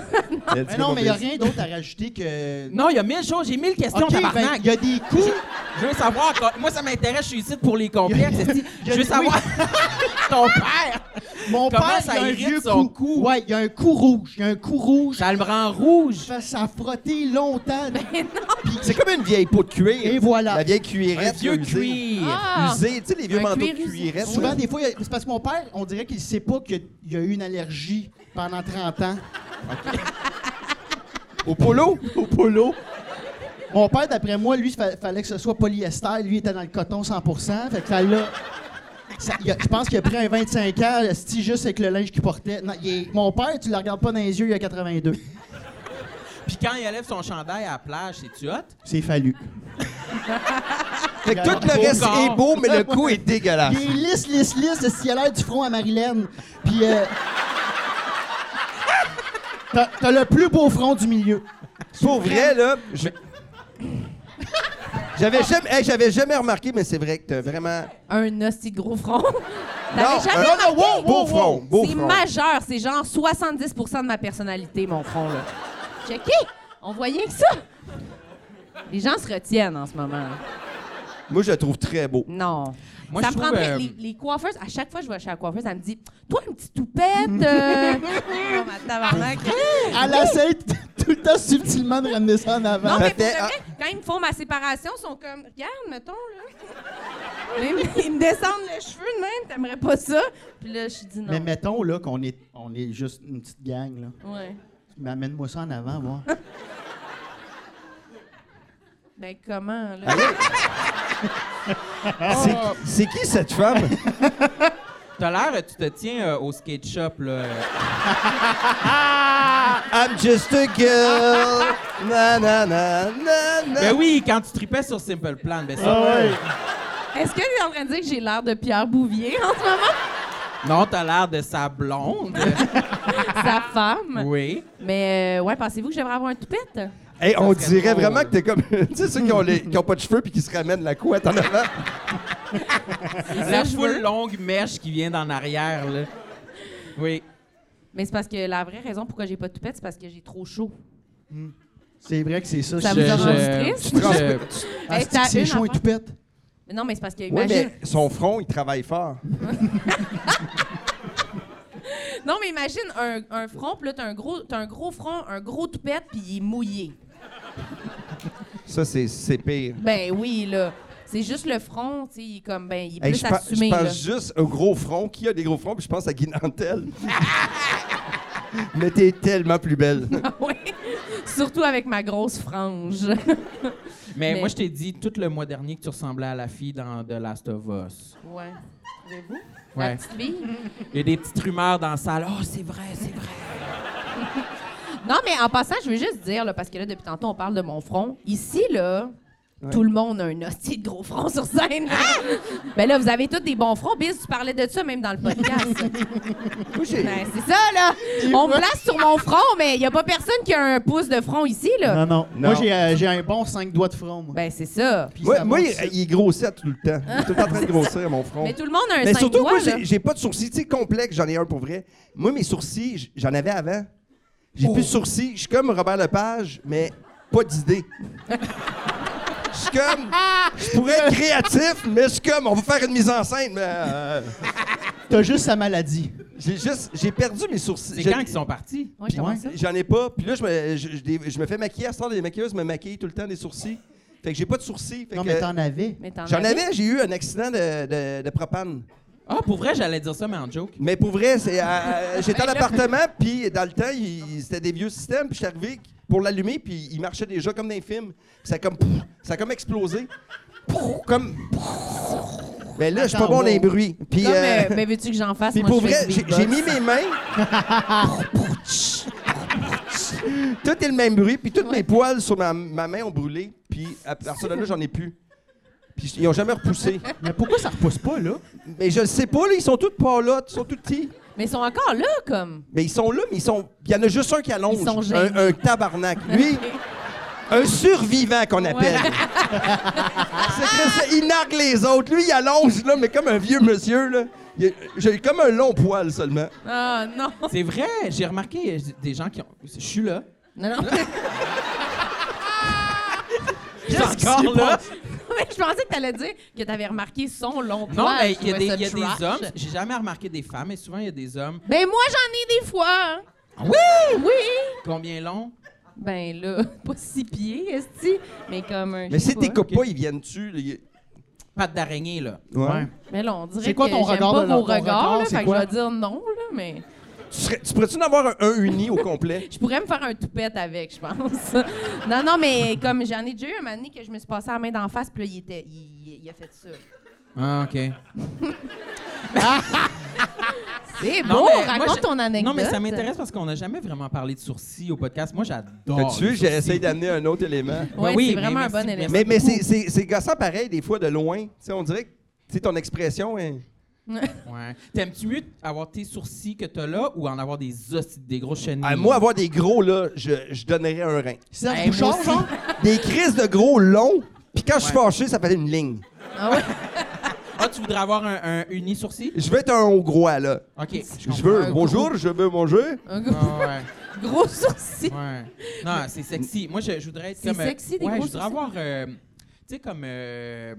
mais non, mais il n'y a rien d'autre à rajouter que. Non, il y a mille choses. J'ai mille questions, Ok, ben, tabarnak. il y a des coups. Je veux savoir. quand- Moi, ça m'intéresse. Je suis ici pour les complexes. esti. il y Je a veux des- savoir. Ton père. Comment Mon père, ça il a un irrite vieux son coup. Ouais, il y a un coup rouge. Il y a un coup rouge. Ça Ben le rend rouge. Ça, ça a frotté longtemps. C'est comme une vieille peau de cuir. Et voilà. La vieille Un cuirette. vieux là, usée. cuir. Ah! Usée. Tu sais, les vieux Un manteaux cuir de usé. cuirette. Souvent, là. des fois, il y a- c'est parce que mon père, on dirait qu'il ne sait pas qu'il y a- il y a eu une allergie pendant 30 ans. Au polo. Au polo. Mon père, d'après moi, lui, il fallait que ce soit polyester. Lui, il était dans le coton 100 Fait que ça l'a. ça- il a- Je pense qu'il a pris un 25 ans, esti, juste avec le linge qu'il portait. Non, il est- Mon père, tu le regardes pas dans les yeux, il a 82. Puis quand il enlève son chandail à la plage, c'est-tu hot? C'est fallu. Fait que tout le Beau reste corps. est beau, mais le cou est dégueulasse. Il est lisse, lisse, lisse, esti, il a l'air du front à Marilyn. Puis. euh, T'as t'as le plus beau front du milieu. Pour vrai, là. je- J'avais jamais, hey, j'avais jamais remarqué, mais c'est vrai que t'as vraiment. Un hostie de gros front. Non, T'avais jamais un- remarqué? wow, beau front, beau C'est front. majeur. C'est genre 70 de ma personnalité, mon front. là. Checké. On voyait que ça. Les gens se retiennent en ce moment. là. Moi, je le trouve très beau. Non. Moi, ça je me trouve, prendrait. euh, Les, les coiffeuses, à chaque fois que je vais chez la coiffeuse, elle me dit Toi, une petite toupette. euh. Oh, ma tabarnak. Elle essaie t- tout le temps subtilement de ramener ça en avant. Non, mais Ça pour de fait- vrai, quand ils me font ma séparation, ils sont comme Regarde, mettons, là. Là, ils me- ils me descendent les cheveux de même, t'aimerais pas ça? Puis là, je dis non. Mais mettons là qu'on est, on est juste une petite gang là. Ouais. Mais amène-moi ça en avant, voir. Ben, comment, là? Ah C'est- C'est qui cette femme? T'as l'air, tu te tiens euh, au skate shop, là. I'm just a girl. Na na na na na. ben oui, quand tu tripais sur Simple Plan, ben Ah ça. Est-ce que tu es en train de dire que j'ai l'air de Pierre Bouvier en ce moment? Non, t'as l'air de sa blonde. Sa femme. oui. Mais, euh, ouais, pensez-vous que j'aimerais avoir un toupette? Hey, on serait dirait drôle. vraiment que t'es comme. tu sais, ceux qui ont, les- qui ont pas de cheveux puis qui se ramènent la couette en avant. La ça, je full veux. longue mèche qui vient d'en arrière, là. Oui. Mais c'est parce que la vraie raison pourquoi j'ai pas de toupette, c'est parce que j'ai trop chaud. C'est vrai que c'est ça. Ça je- vous a je- rendu triste? je- Tu je- transpires- Ah, Hey, c'est- t'as c'est une chaud et affaire. tout pète. Mais non, mais c'est parce que, Oui, imagine. mais son front, il travaille fort. Non, mais imagine un, un front, puis là, t'as un gros, t'as un gros front, un gros toupette, puis il est mouillé. Ça, c'est- c'est pire. Ben oui, là. C'est juste le front, tu sais, il est comme, ben, il est Hey, plus je, pe- je assumé, là. pense juste au gros front. Qui a des gros fronts? Puis je pense à Guy Nantel. mais t'es tellement plus belle. Ah oui. Surtout avec ma grosse frange. Mais, Mais- moi, je t'ai dit tout le mois dernier que tu ressemblais à la fille dans The Last of Us. ouais. Vous? La Ouais. petite fille? Il y a des petites rumeurs dans la salle. Oh, c'est vrai, c'est vrai. Non, mais en passant, je veux juste dire, là, parce que là, depuis tantôt, on parle de mon front. Ici, là, tout le monde a un hostie de gros front sur scène. Ah! ben là, vous avez tous des bons fronts. Biz, tu parlais de ça même dans le podcast. Moi, j'ai- ben, c'est ça, là. On me place sur mon front, mais il n'y a pas personne qui a un pouce de front ici, là. Non, non. Moi, Non. j'ai euh, j'ai un bon 5 doigts de front. moi. Ben, c'est ça. Puis Moi, ça moi, avance. il, il grossit à tout le temps. Il est tout le temps en train de grossir, mon front. Mais tout le monde a un Mais cinq surtout, doigts, moi, là. j'ai- j'ai pas de sourcils. Tu sais, complexe, j'en ai un pour vrai. Moi, mes sourcils, j- j'en avais avant. J'ai plus de Oh. sourcils. Je suis comme Robert Lepage, mais pas d'idée. Je suis comme. Je pourrais être créatif, mais je suis comme. On va faire une mise en scène, mais. euh, T'as juste sa maladie. j'ai juste. J'ai perdu mes sourcils. C'est Je- quand qu'ils sont partis? Ouais, comment Ouais. ça? J'en ai pas. Puis là, je me, je, je des- je me fais maquiller. À ce temps, les maquilleuses me maquillent tout le temps des sourcils. Fait que j'ai pas de sourcils. Fait Non, que- mais t'en avais. Mais t'en J'en avais? avais, j'ai eu un accident de, de- de propane. Ah, pour vrai, j'allais dire ça, mais en joke. Mais pour vrai, c'est, euh, euh, j'étais en appartement, puis dans le temps, il- il- c'était des vieux systèmes, puis je suis arrivé pour l'allumer, puis il marchait déjà comme dans les films. Puis ça a comme, pouf, ça a comme explosé. Pouf, comme. Mais là, je suis pas Attends, bon dans les wow. bruits. Puis, Comme, euh, euh, ben, veux-tu que j'en Ah, fasse? puis Moi, pour je vrai, fais du j'ai beatbox. j'ai mis mes mains. Tout est le même bruit, puis tous mes poils sur ma, ma main ont brûlé, puis à partir de là, j'en ai plus. Puis ils ont jamais repoussé. Mais pourquoi ça repousse pas, là? Mais je le sais pas, là, ils sont tous pas là, ils sont tous petits. Mais ils sont encore là, comme. Mais ils sont là, mais ils sont. Il y en a juste un qui allonge. Ils sont gênés. un, un tabarnak. Lui, un survivant qu'on appelle. C'est que ça, il nargue les autres. Lui, il allonge, là, mais comme un vieux monsieur, là. Il a- J'ai comme un long poil seulement. Ah, non. C'est vrai, j'ai remarqué euh, des gens qui ont. Je suis là. Non, non. Je suis encore là. Mais je pensais que t'allais dire que t'avais remarqué son long poil. Non, mais Je il y a trouvais des, ça il y a des trash. hommes. J'ai jamais remarqué des femmes, mais souvent, il y a des hommes. Ben moi, j'en ai des fois. Oui! Oui. Combien long? Ben là, pas six pieds, esti, mais comme un. Mais si t'es t'es copains, ils viennent-tu? là, ils- Pattes d'araignée, là. Ouais. Mais là, on dirait C'est quoi que j'aime ton regard pas de- vos ton regards, regard, là, c'est fait que quoi? je vais dire non, là, mais Tu, serais- tu pourrais-tu en avoir un, un uni au complet? je pourrais me faire un toupette avec, je pense. non, non, mais comme j'en ai déjà eu un moment donné que je me suis passé la main d'en face, puis là, il, était, il, il a fait ça. Ah, OK. C'est Non, beau, mais moi, raconte je- ton anecdote. Non, mais ça m'intéresse parce qu'on n'a jamais vraiment parlé de sourcils au podcast. Moi, j'adore. T'as-tu vu? les J'ai sourcils. essayé d'amener un autre élément. Ouais, Oui, c'est mais vraiment un merci, bon merci. élément. Mais, mais c'est- c'est c'est gossant pareil, des fois, de loin. Tu sais, on dirait que tu sais, ton expression est. Ouais. T'aimes-tu mieux avoir tes sourcils que t'as là ou en avoir des os, des gros chenilles? Ah, moi, avoir des gros, là, je, je donnerais un rein. Serge Hey, moi Bouchard, aussi. genre? Des crises de gros longs, puis quand je suis Ouais. fâché, ça fait une ligne. Ah ouais? Ah, tu voudrais avoir un, un uni sourcil? Je veux être un hongrois, là. OK. Je veux, Un bonjour, je veux manger. Un gros- Ah, ouais. gros sourcil. Ouais. Non, c'est sexy. Moi, je, je voudrais être C'est comme. euh, sexy, des ouais, gros je voudrais sourcils. avoir. euh, tu sais, comme euh,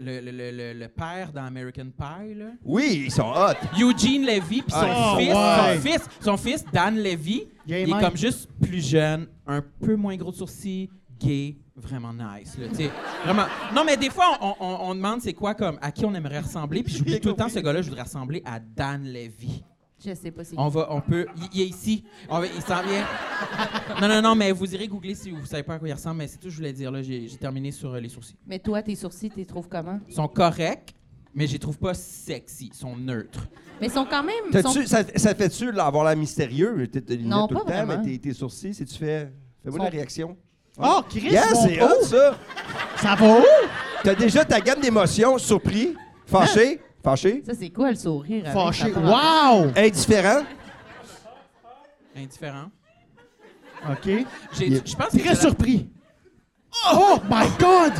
le, le- le- le- le père dans American Pie, là. Oui, ils sont hot. Eugene Levy, puis son, Ah, fils, ouais. son fils, son fils, Dan Levy, Gay il est man. comme juste plus jeune, un peu moins gros de sourcils, gay, vraiment nice. Là, tu sais, vraiment. Non, mais des fois, on, on- on demande c'est quoi, comme, à qui on aimerait ressembler, puis j'oublie tout le temps ce gars-là, je voudrais ressembler à Dan Levy. Je sais pas si. On va, on peut. Il, il est ici. On va- il s'en vient. Non, non, non, mais vous irez googler si vous savez pas à quoi il ressemble, mais c'est tout que je voulais dire. là. J'ai j'ai terminé sur euh, les sourcils. Mais toi, tes sourcils, tu les trouves comment? Ils sont corrects, mais je les trouve pas sexy. Ils sont neutres. Mais ils sont quand même. ils sont- T'as-tu- Ça, ça fait-tu là, avoir l'air mystérieux? T'as des Non, lunettes pas tout le temps, vraiment. mais tes, tes sourcils, si tu fais. Fais-moi la réaction. Oh, Chris, Yeah, mon c'est pauvre. hot, ça. Ça va où? T'as déjà ta gamme d'émotions, surpris, fâché, fâché, Ça, c'est quoi le sourire? hein? avec? Fâché. Ça part- Wow! indifférent. Indifférents. OK. J'ai- Il- Je pense que j'ai Très de la- surpris. Oh my God!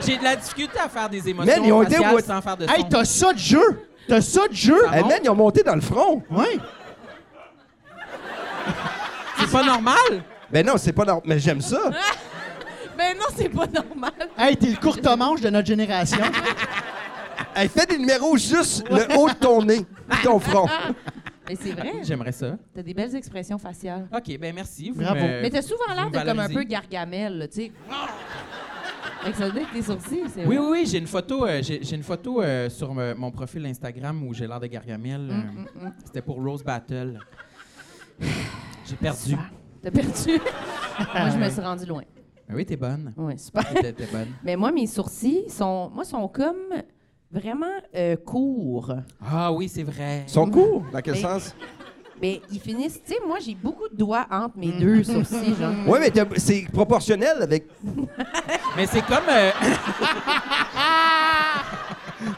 j'ai de la difficulté à faire des émotions Man, ils ont été faciales au- sans faire de son. Hey, t'as ça de jeu! T'as ça de jeu! Ah Hey, bon? man, ils ont monté dans le front. Ouais! C'est pas normal. Ben non, c'est pas normal, mais j'aime ça. Mais non, c'est pas normal. Hey, t'es le courte-manche de notre génération. Elle fait des numéros juste le haut de ton nez, puis ton front. Mais c'est Hein? vrai. J'aimerais ça. T'as des belles expressions faciales. OK, ben merci. Vous Bravo. me- Mais t'as souvent l'air vous de comme un peu valorisez. gargamel, là, tu sais. Avec ça, avec tes sourcils, c'est Oui, vrai. oui, oui, j'ai une photo, euh, j'ai j'ai une photo euh, sur me- mon profil Instagram où j'ai l'air de Gargamel. euh, Mm, C'était pour Rose Battle. j'ai perdu. T'as perdu. moi, je me suis rendu loin. Mais Ben oui, t'es bonne. Oui, super. T'es t'es bonne. Mais moi, mes sourcils sont, moi, sont comme vraiment euh, courts. Ah oui, c'est vrai. Son cours, dans quel Mais- sens? Mais ils finissent, tu sais, moi, j'ai beaucoup de doigts entre mes deux sourcils, genre. Oui, mais t'as- c'est proportionnel avec. Mais c'est comme. euh,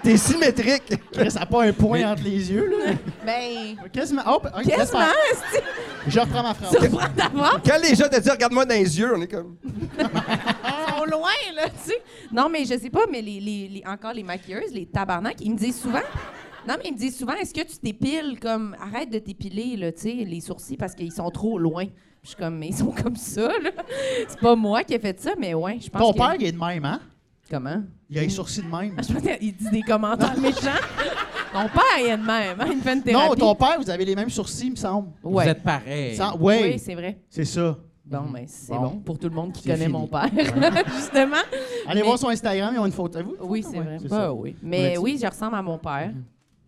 T'es symétrique. Chris a pas un point Mais- entre les yeux, là. Ben, Quasiment. Oh, ok, laisse quasiment, faire. est-ce que Je reprends ma phrase. tu prends ta barbe? Quand les gens te disent regarde-moi dans les yeux, on est comme. Ils sont loin, là, tu sais. Non, mais je sais pas, mais les, les- les- encore les maquilleuses, les tabarnak, ils me disent souvent... Non, mais ils me disent souvent, est-ce que tu t'épiles comme... Arrête de t'épiler, là, tu sais, les sourcils, parce qu'ils sont trop loin. Puis Je suis comme, mais ils sont comme ça, là. C'est pas moi qui ai fait ça, mais ouais, je pense Ton que- père, il est de même, hein? Comment? Il a les sourcils de même. Ah, je pensais, il dit des commentaires méchants. Ton père, il est de même, hein? Il me fait une thérapie. Non, ton père, vous avez les mêmes sourcils, me semble. Ouais. Vous êtes pareil. Ça- Oui, ouais, c'est vrai. c'est ça. Bon, mais c'est Bon. bon. pour tout le monde qui C'est connaît fini. mon père, justement. Allez Mais- voir son Instagram, ils ont une photo. Vous, une Oui, photo? c'est Ouais, vrai. Bah ça. oui. Mais Ouais, oui, je ressemble à mon père.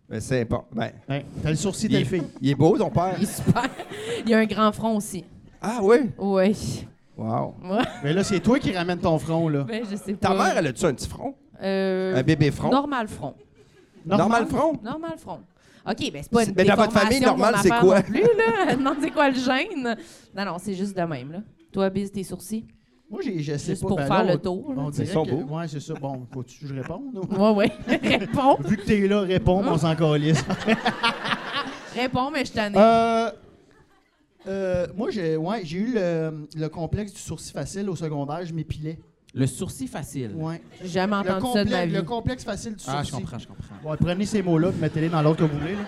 Mais c'est pas. Ben, Ouais, T'as le sourcil de il, la est, fille. il est beau, ton père. Il est super. Il a un grand front aussi. Ah oui? Oui. Wow. Moi, Mais là, c'est toi qui ramène ton front, là. ben, je sais pas. Ta mère, elle a-tu un petit front? Euh, Un bébé front? Normal front. Normal front? Normal front. OK, ben c'est pas C'est- une mais dans votre famille, déformation, normal, mon c'est affaire quoi? Non plus, là. Non, c'est quoi le gène? Non, non, c'est juste de même, là. Toi, Biz, tes sourcils? Moi, j'ai- je sais Juste pas. pour ben faire là, le tour, là. On dirait Ils sont que, beaux. Ouais, c'est ça. Bon, faut-tu que je réponde? ou? Ouais, ouais. réponds. Vu que t'es là, réponds, on s'en calisse. Réponds, mais je t'en ai. Euh, euh, moi, j'ai ouais, j'ai eu le, le complexe du sourcil facile au secondaire, je m'épilais. Le sourcil facile. Ouais. J'ai jamais Le, entendu ça de ma complexe, vie. le complexe facile du sourcil. Ah, je comprends, je comprends. Bon, prenez ces mots-là et mettez-les dans l'autre que vous voulez. Là.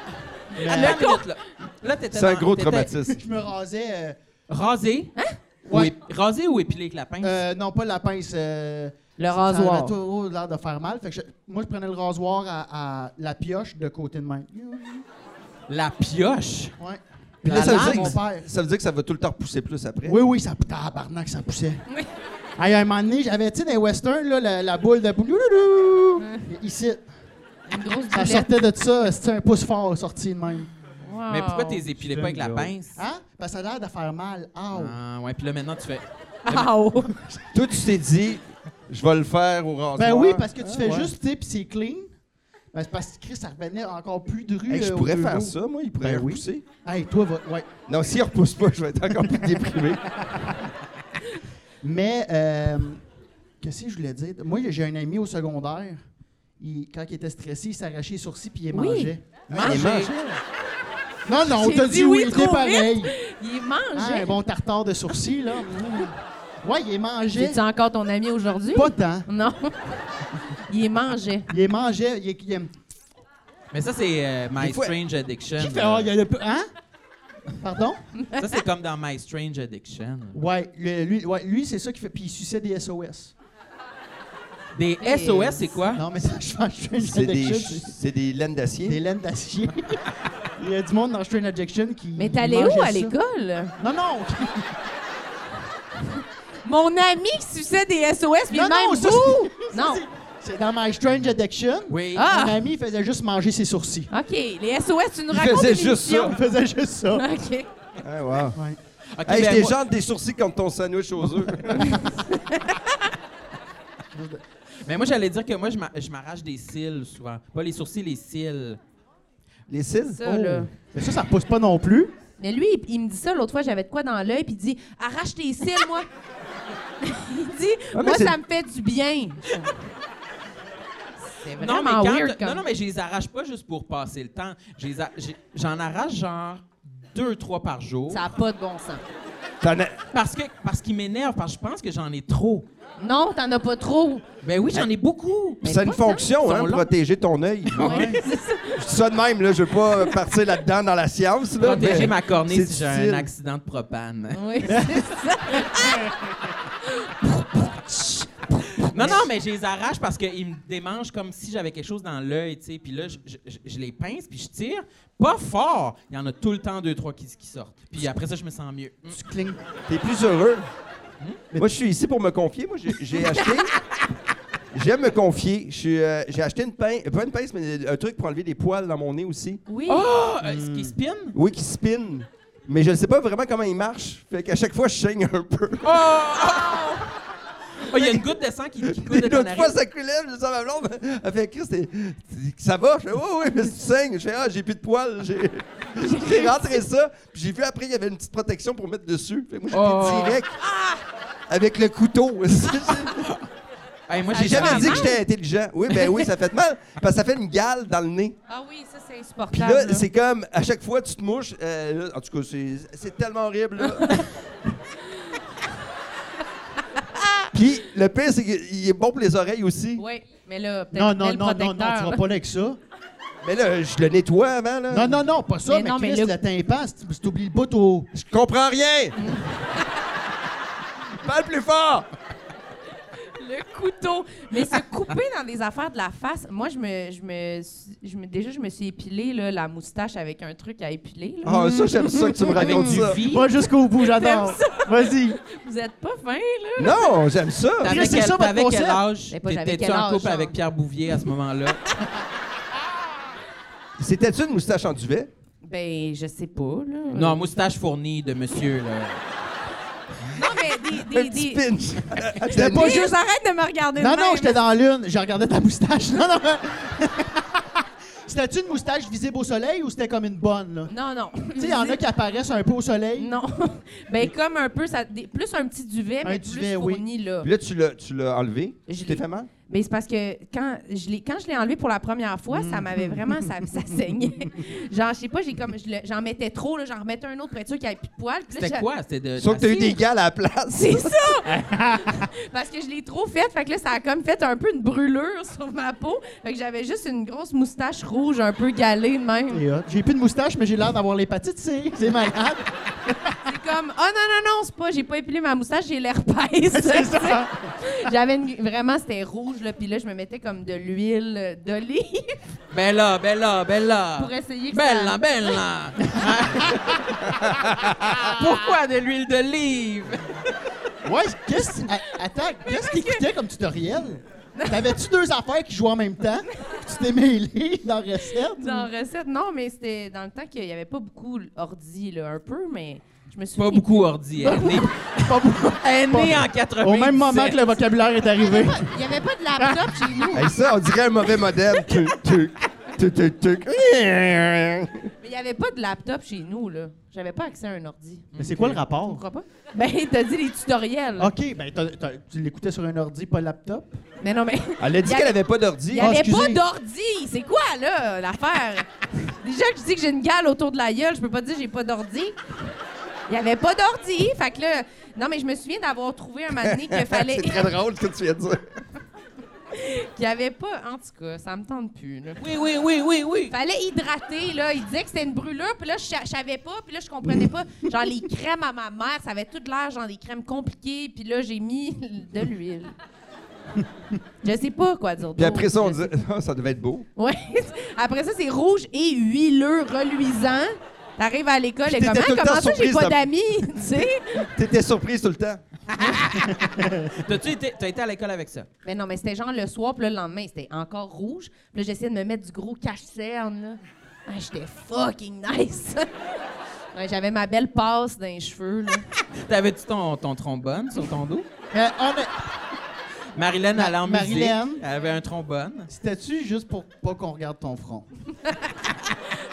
Ah, Mais, Attends une minute, là. Là, t'étais C'est un dans- gros t'étais traumatisme. je me rasais. euh, Rasé? Hein? Ou Ouais. ép- Rasé ou épilé avec la pince? euh, non, pas la pince. euh, Le ça- Ça avait rasoir. trop l'air de faire mal. Fait que je- moi, je prenais le rasoir à, à la pioche de côté de main. La pioche? Ouais. Puis là, La ça, lame, veut dire mon père. que, ça veut dire que ça va tout le temps pousser plus après. Oui, oui, ça tabarnak, ça poussait. Hey, à un moment donné, j'avais, tu sais, dans les westerns, là, la, la boule de bouloulou. Ici, Une grosse ça boulette. sortait de ça, c'était un pouce fort sorti de même. Wow. Mais pourquoi t'es épilé pas avec la pince? Hein? Parce que ça a l'air de faire mal. Ah, Ah, ouais, puis là, maintenant, tu fais... Ow! Toi, tu t'es dit, je vais le faire au rasoir. Ben oui, parce que tu Ah, fais ouais. juste, tu sais, puis c'est clean. Ben, c'est parce que Chris, ça revenait encore plus dru. Hey, je euh, au pourrais faire bureau. ça, moi. Il pourrait Ben oui. repousser. Hey, toi, va. Ouais. Non, s'il repousse pas, je vais être encore plus déprimé. Mais, euh, qu'est-ce que je voulais dire? Moi, j'ai un ami au secondaire. Il- quand il était stressé, il s'arrachait les sourcils puis il Oui. mangeait. Il mange. Non, non, on J'ai t'a dit dit oui oui, c'est trop pareil. Il est Ah, mangé. un bon tartare de sourcils, là. Mm. Ouais, il est mangeait. Es-tu encore ton ami aujourd'hui? Pas tant. Non. il est mangé. Il est mangeait. Il, est- il aime. Mais ça, c'est euh, My Des fois- Strange Addiction. Qui fait. là. euh, Ah, il y a le peu- Hein? Pardon? Ça, c'est comme dans My Strange Addiction. Ouais, le- lui, ouais, lui c'est ça qu'il fait. Puis il suçait des SOS. Des SOS, c'est quoi? Non, mais ça, je pense que je suis C'est une des, addiction. c'est- c'est des laines Des d'acier. laines d'acier. Il y a du monde dans Strain Addiction qui. Mais qui t'allais mangeait où à ça. l'école? Non, non! Mon ami qui suçait des SOS, puis non, le même non, ça, goût. c'est- Non. ça, c'est- C'est dans My Strange Addiction. Oui. Ah! Mon ami, il faisait juste manger ses sourcils. OK, les SOS, tu nous Il racontes faisait une juste émission. Il faisait juste ça. OK. Ah, wow. Ouais. Ok, Hey, ben, je moi- déjante des sourcils comme ton sandwich aux œufs. Mais ben, moi, j'allais dire que moi, je m'a- je m'arrache des cils souvent. Pas les sourcils, les cils. Les cils? Ça, là. Oh. Mais ça, ça pousse pas non plus. Mais lui, il, il me dit ça l'autre fois, j'avais de quoi dans l'œil, puis il dit Arrache tes cils, moi. il dit mais Moi, c'est- ça me fait du bien. C'est vraiment quand- weird. Comme... non, non, mais je les arrache pas juste pour passer le temps. Je les a- j'ai- J'en arrache genre deux, trois par jour. Ça n'a pas de bon sens. T'en as- Parce que parce qu'ils m'énervent, parce que je pense que j'en ai trop. Non, t'en as pas trop. Ben oui, j'en ai beaucoup. Ça a une pas tant. fonction, Ils hein, sont longs. protéger ton œil. Ah C'est ça. Je dis ça de même, là, je veux pas partir là-dedans dans la science. Là, Protéger mais ma cornée c'est si j'ai difficile. un accident de propane. Oui, c'est ça. Non, non, mais je les arrache parce qu'ils me démangent comme si j'avais quelque chose dans l'œil, tu sais. Puis là, je, je- je- je les pince, puis je tire. Pas fort. Il y en a tout le temps deux, trois qui, qui sortent. Puis après ça, je me sens mieux. Mm. Tu clignes. T'es plus heureux. Moi, je suis ici pour me confier. Moi, j'ai- j'ai acheté. J'aime me confier. Je suis, euh, J'ai acheté une pince, pas une pince, mais un truc pour enlever des poils dans mon nez aussi. Oui. Ah! Oh! euh, ce qui spin? Oui, qui spin. Mais je ne sais pas vraiment comment il marche. Fait qu'à chaque fois, je saigne un peu. Oh! Oh! Oh, il y a une goutte de sang qui, qui coule de ton L'autre fois, narine. ça coulait, je dis à ma blonde, elle fait Chris, t'es- t'es- ça va? Je fais, oui, oui, mais tu saignes. Je fais, ah, j'ai plus de poils. J'ai j'ai rentré ça, puis j'ai vu après qu'il y avait une petite protection pour mettre dessus. Fait que moi, j'ai Oh. été direct avec le couteau. Hey, moi, j'ai j'ai jamais fait dit mal. que j'étais intelligent. Oui, ben oui, ça fait mal, parce que ça fait une gale dans le nez. Ah oui, ça, c'est Puis insupportable. là, c'est comme, à chaque fois, tu te mouches. euh, là, en tout cas, c'est- c'est tellement horrible. là. Puis le pire, c'est qu'il est bon pour les oreilles aussi. Oui, mais là, peut-être Non, non, le non, non, non, tu protecteur. Ah. vas pas là avec ça. Mais là, je le nettoie avant. Là. Non, non, non, pas ça, Mais mais, non, mais Chris, le- le tympan, si tu- si t'oublies le bout au... Je comprends rien! Parle plus fort! Le couteau. Mais se couper dans des affaires de la face, moi, je me, je me, suis- je me- déjà, je me suis épilé là, la moustache avec un truc à épiler. là. Ah, ça, j'aime ça que tu me Avec racontes du ça. vie. Pas jusqu'au bout, j'adore. Vas-y. Vous êtes pas fin, là? Non, j'aime ça! T'avais c'est quel, ça, votre t'avais quel concept. âge? Mais pas j'avais quel T'étais-tu en âge, couple genre. avec Pierre Bouvier à ce moment-là? C'était-tu une moustache en duvet? Ben, je sais pas, là. non, moustache fournie de monsieur, là. Non, mais des... Un des, petit des... pinch! C'était pas Des- juste... Arrête de me regarder de Non, non, même. j'étais dans l'une. Je regardais ta moustache. Non, non. C'était-tu une moustache visible au soleil ou c'était comme une bonne, là? Non, non. Tu sais, il y en a qui apparaissent un peu au soleil. Non. Ben, comme un peu, ça, des- plus un petit duvet, mais plus duvet, oui. fourni, là. Puis là, tu l'as- tu l'as enlevé? Je Tu t'es l'ai- fait mal? Mais c'est parce que quand je l'ai quand je l'ai enlevé pour la première fois, ça Mm. m'avait vraiment ça, ça saignait. Genre je sais pas, j'ai comme je le- j'en mettais trop là, j'en remettais un autre préture qui avait plus de poils. puis là, C'était je- quoi? C'était de. Sauf que t'as eu de- des gars à la place. C'est ça. parce que je l'ai trop faite, fait que là ça a comme fait un peu une brûlure sur ma peau, fait que j'avais juste une grosse moustache rouge un peu galée de même. Et hop, J'ai plus de moustache, mais j'ai l'air d'avoir l'hépatite C. C'est malade. C'est comme "Oh non non non, c'est pas j'ai pas épilé ma moustache, j'ai l'herpès." C'est ça. J'avais une- vraiment c'était rouge là, puis là je me mettais comme de l'huile euh, d'olive Bella, Bella, Bella. pour essayer Ben, que ça- Bella, Bella. Pourquoi de l'huile d'olive? Ouais, qu'est-ce que- a- Attends, qu'est-ce que t'écoutais comme tutoriel? T'avais-tu deux affaires qui jouaient en même temps? Tu t'es mêlé dans la recette? Dans recette, non, mais c'était dans le temps qu'il n'y avait pas beaucoup ordi, là, un peu, mais je me suis Pas beaucoup ordi. Elle est née- Pas beaucoup. elle est née en 80. Au même moment que le vocabulaire est arrivé. Il n'y avait pas de laptop chez nous, Hey, ça, on dirait un mauvais modèle. Tuc, tuc, tuc, tuc, tuc. mais il n'y avait pas de laptop chez nous, là. J'avais pas accès à un ordi. Mais c'est quoi le On rapport? croit pas? Ben, t'as dit les tutoriels. Oh. OK, ben t'as- t'as- tu l'écoutais sur un ordi, pas laptop. Mais non, mais Elle a dit Y a- qu'elle avait pas il d'ordi. n'y avait pas excusez. d'ordi. C'est quoi, là, l'affaire? Déjà que je dis que j'ai une gale autour de la gueule, je peux pas dire que j'ai pas d'ordi. Il n'y avait pas d'ordi. Fait que là, non, mais je me souviens d'avoir trouvé un moment donné qu'il fallait. C'est très drôle ce que tu viens de dire. qu'il n'y avait pas. En tout cas, ça me tente plus, là. Oui, oui, oui, oui, oui. Fallait hydrater, là. Il disait que c'était une brûlure, puis là, je sa- je savais pas, puis là, je comprenais pas. Genre, les crèmes à ma mère, ça avait tout l'air, genre, des crèmes compliquées, puis là, j'ai mis de l'huile. Je sais pas quoi dire. Puis d'autre, après ça, on je dit sais- Ah, ça devait être beau. Ouais. Après ça, c'est rouge et huileux, reluisant. T'arrives à l'école et Puis t'étais comment, tout le temps hein, comment ça, j'ai surprise pas de- d'amis, tu sais? T'étais surprise tout le temps. T'as-tu été, t'as été à l'école avec ça? Mais non, mais c'était genre le soir, puis là, le lendemain, c'était encore rouge. Puis là, j'essayais de me mettre du gros cache-cerne, là. Ah, j'étais fucking nice! Ouais, J'avais ma belle passe dans les cheveux, là. T'avais-tu ton, ton trombone sur ton dos? Mais honnêt- Marilyn allait en Marilyn. musique. Elle avait un trombone. c'était-tu juste pour pas qu'on regarde ton front?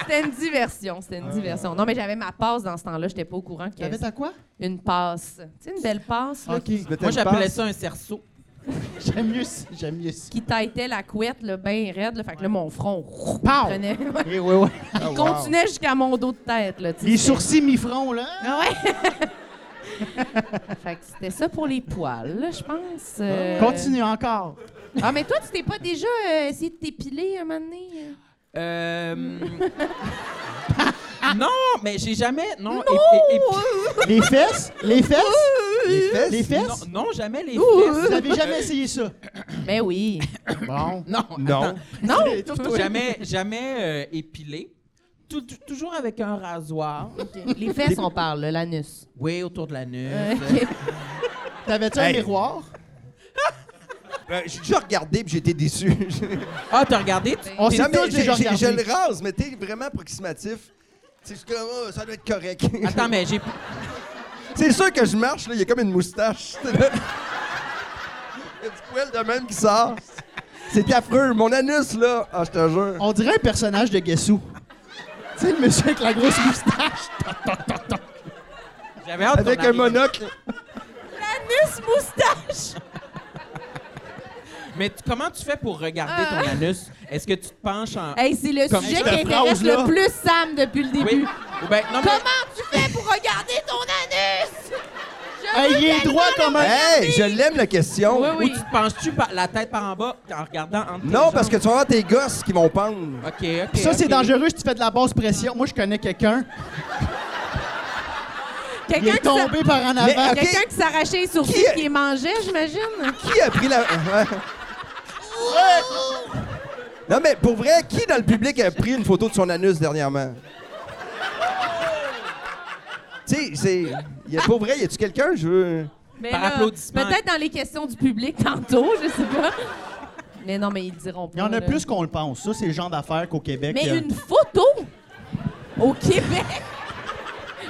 C'était une diversion, c'était une diversion. Non, mais j'avais ma passe dans ce temps-là, j'étais pas au courant qu'il y T'avais avait ta quoi? une passe. Tu sais, une belle passe, là, OK. Tu mettais Moi, une j'appelais pince. ça un cerceau. J'aime mieux ça. J'aime mieux ça. qui taillait la couette, là, bien raide, là. Fait que là, mon front, roux, Pow! prenait- Eh oui, oui. Ah, wow. continuait jusqu'à mon dos de tête, là. tu sais, Les c'était- sourcils mi-front, là. Ah ouais! fait que c'était ça pour les poils, là, je pense. Euh, Continue encore. Ah, mais toi, tu t'es pas déjà euh, essayé de t'épiler un moment donné? euh? Euh... non, mais j'ai jamais. Non, Non! Ah, et- et- et- Les fesses? Les fesses? Les fesses? Les Non, fesses? non, jamais les Vous fesses. n'avez jamais essayé ça? Ben oui. Bon. Non, Non. Non! jamais, jamais euh, épilé. Tou- tou- toujours avec un rasoir. Les fesses, on parle, là, l'anus. Oui, autour de la nuque. OK. T'avais-tu un Hey. miroir? Euh, J'ai déjà regardé puis j'ai été déçu. Ah, t'as regardé? Tu- On Non, s'est mais tous j'ai- déjà j'ai- je regardé. le rase, mais t'es vraiment approximatif. C'est juste comme, oh, ça doit être correct. Attends, mais j'ai. C'est sûr que je marche, là, il y a comme une moustache. il y a du poil de même qui sort. C'est affreux. Mon anus, là, ah, je te jure. On dirait un personnage de Guessou. tu sais, le monsieur avec la grosse moustache. J'avais hâte Avec qu'on un arrive. monocle. Anus moustache! Mais tu- comment tu fais pour regarder ton anus? Est-ce que tu te penches en. Hey, c'est le Comme sujet cette qui intéresse phrase-là. le plus Sam depuis le début. Oui. Ou ben, non, mais- Comment tu fais pour regarder ton anus? Je Ah, Hey, veux il est tellement droit comme un. Hey, je l'aime la question. Oui, Ou oui. tu te penches-tu par- la tête par en bas en regardant entre tes Non, parce que jambes? tu vas avoir tes gosses qui vont pendre. OK, OK. Puis ça, c'est ok. dangereux si tu fais de la basse pression. Moi, je connais quelqu'un. Il Quelqu'un est qui s'a- tombé par en avant. Mais- quelqu'un qui s'arrachait les sourcils Qui- qui les mangeait, j'imagine. Qui a pris la. Ouais. Non, mais pour vrai, qui dans le public a pris une photo de son anus dernièrement? tu sais, c'est. y a- Pour vrai, y a-tu quelqu'un? Je veux. Mais Par là, applaudissement. Peut-être dans les questions du public tantôt, je sais pas. Mais non, mais ils diront pas. Il y en a là. plus qu'on le pense. Ça, c'est le genre d'affaires qu'au Québec. Mais euh, une photo au Québec.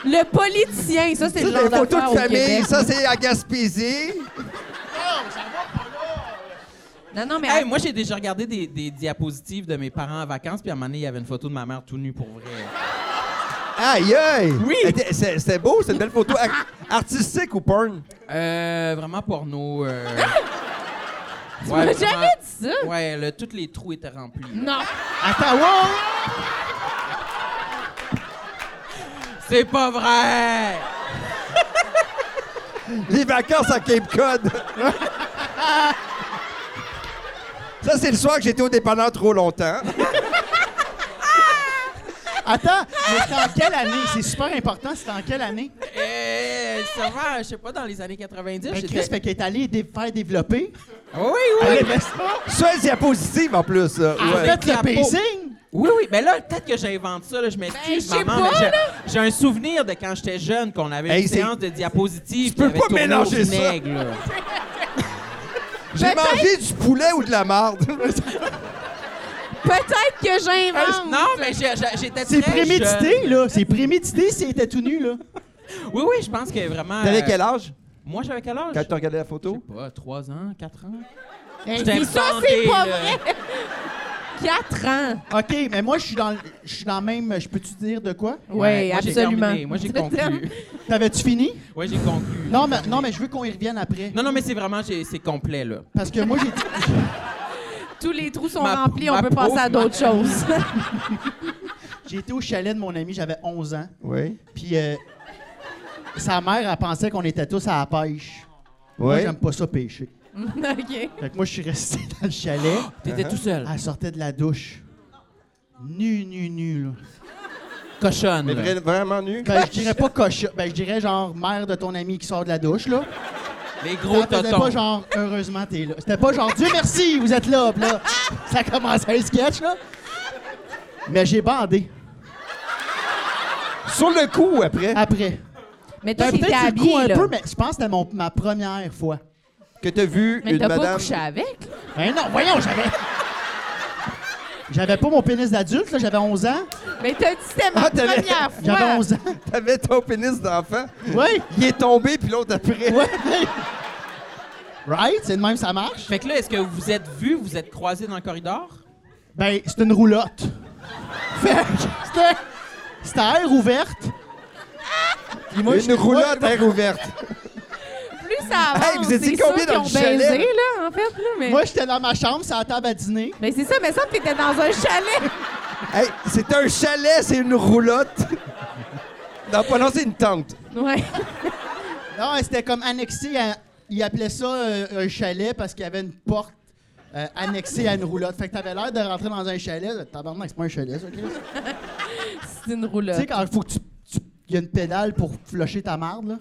Le politicien, ça, c'est Ça, le genre des photos d'affaire de au famille, Québec. ça, c'est à Gaspésie. Non, non, mais... Hey, moi, j'ai déjà regardé des, des diapositives de mes parents en vacances, puis à un moment donné, il y avait une photo de ma mère tout nue pour vrai. Aïe, aïe. Oui. C'était- c'est- C'était beau, c'est une belle photo. Ar- artistique ou porn? Euh, vraiment porno. Euh... tu m'as vraiment- jamais dit ça. Ouais, là, tous les trous étaient remplis. Non. Attends, wow! C'est pas vrai! Les vacances à Cape Cod. ça, c'est le soir que j'étais au dépanneur trop longtemps. Attends, mais c'était en quelle année? C'est super important, c'était en quelle année? Euh, ça va, je sais pas, dans les années 90, Ben, Chris, j'étais... fait qu'elle est allée dé- faire développer. Oui, oui, Elle oui! aimait ça. Seule diapositive en plus. là. Ah, Elle Ouais. a fait la le peau. pacing. Oui, oui, mais là, peut-être que j'invente ça, là, je m'excuse, Ben, je sais maman, pas, mais j'ai- j'ai un souvenir de quand j'étais jeune, qu'on avait Hey, une c'est- séance de diapositives. Tu peux qui avait pas tourné au mélanger ça. vinaigre, là. J'ai mangé du poulet ou de la marde. Peut-être que j'invente. Non, mais j'ai- j'ai- j'étais C'est très prémédité, jeune. là. C'est prémédité si elle était tout nu, là. Oui, oui, je pense que vraiment... T'avais euh, quel âge Moi, j'avais quel âge? quand tu regardais la Je sais photo? pas, 3 ans, 4 ans? Hey, J'étais puis ça, inventé, c'est pas là. vrai. Quatre ans. OK, mais moi, je suis dans le- je suis dans le même. Je peux-tu dire de quoi? Oui, moi, j'ai absolument. terminé, Moi, j'ai conclu. T'avais-tu fini? Oui, j'ai conclu. Non, mais, non, mais je veux qu'on y revienne après. Non, non, mais c'est vraiment, j'ai- c'est complet, là. Parce que moi, j'ai dit- Tous les trous sont Ma- remplis, on ma peut passer à pauvre d'autres choses. j'ai été au chalet de mon ami, j'avais 11 ans. Oui. Puis euh, sa mère, elle pensait qu'on était tous à la pêche. Moi, Oui. j'aime pas ça pêcher. OK. Fait que moi, je suis resté dans le chalet. T'étais tout seul. Elle sortait de la douche. Nu, nu, nu, là. cochonne. Mais vra- vraiment nu? Ben, je dirais pas cochon. Ben, je dirais genre mère de ton ami qui sort de la douche, là. Les gros C'était totons. pas genre heureusement t'es là. C'était pas genre Dieu merci, vous êtes là. Puis là, ça commence un sketch, là. Mais j'ai bandé Sur le coup, après, après. Mais toi, Ben, t'étais Peut-être sur le coup habillé, un là. peu, mais je pense que c'était mon- ma première fois. que t'as vu Mais une t'as pas madame... couché avec? Ben non, voyons, j'avais. J'avais pas mon pénis d'adulte, là, j'avais 11 ans. Mais t'as dit c'était ma Ah, t'avais- première fois. J'avais 11 ans. T'avais ton pénis d'enfant. Oui, Il est tombé, puis l'autre après. oui. Right? C'est de même, ça marche. Fait que là, est-ce que vous vous êtes vus, vous êtes croisés dans le corridor? Ben, c'est une roulotte. Fait que c'était- c'était à air ouverte. Puis moi, une je- roulotte à air ouverte. Plus ça avance, Hey, vous étiez c'est ceux combien qui dans ont le chalet? baisé, là, en fait. Là, mais Moi, j'étais dans ma chambre, c'est la table à dîner. mais c'est ça, mais ça, t'étais dans un chalet. Hey, c'est un chalet, c'est une roulotte. Non, pas non, c'est une tente. Ouais. Non, c'était comme annexé à. Ils appelaient ça euh, un chalet parce qu'il y avait une porte euh, annexée à une roulotte. Fait que t'avais l'air de rentrer dans un chalet. Tabarnak, c'est pas un chalet, ça, Chris. C'est une Tu sais, roulotte. quand il faut que tu, tu, il y a une pédale pour flusher ta marde, là.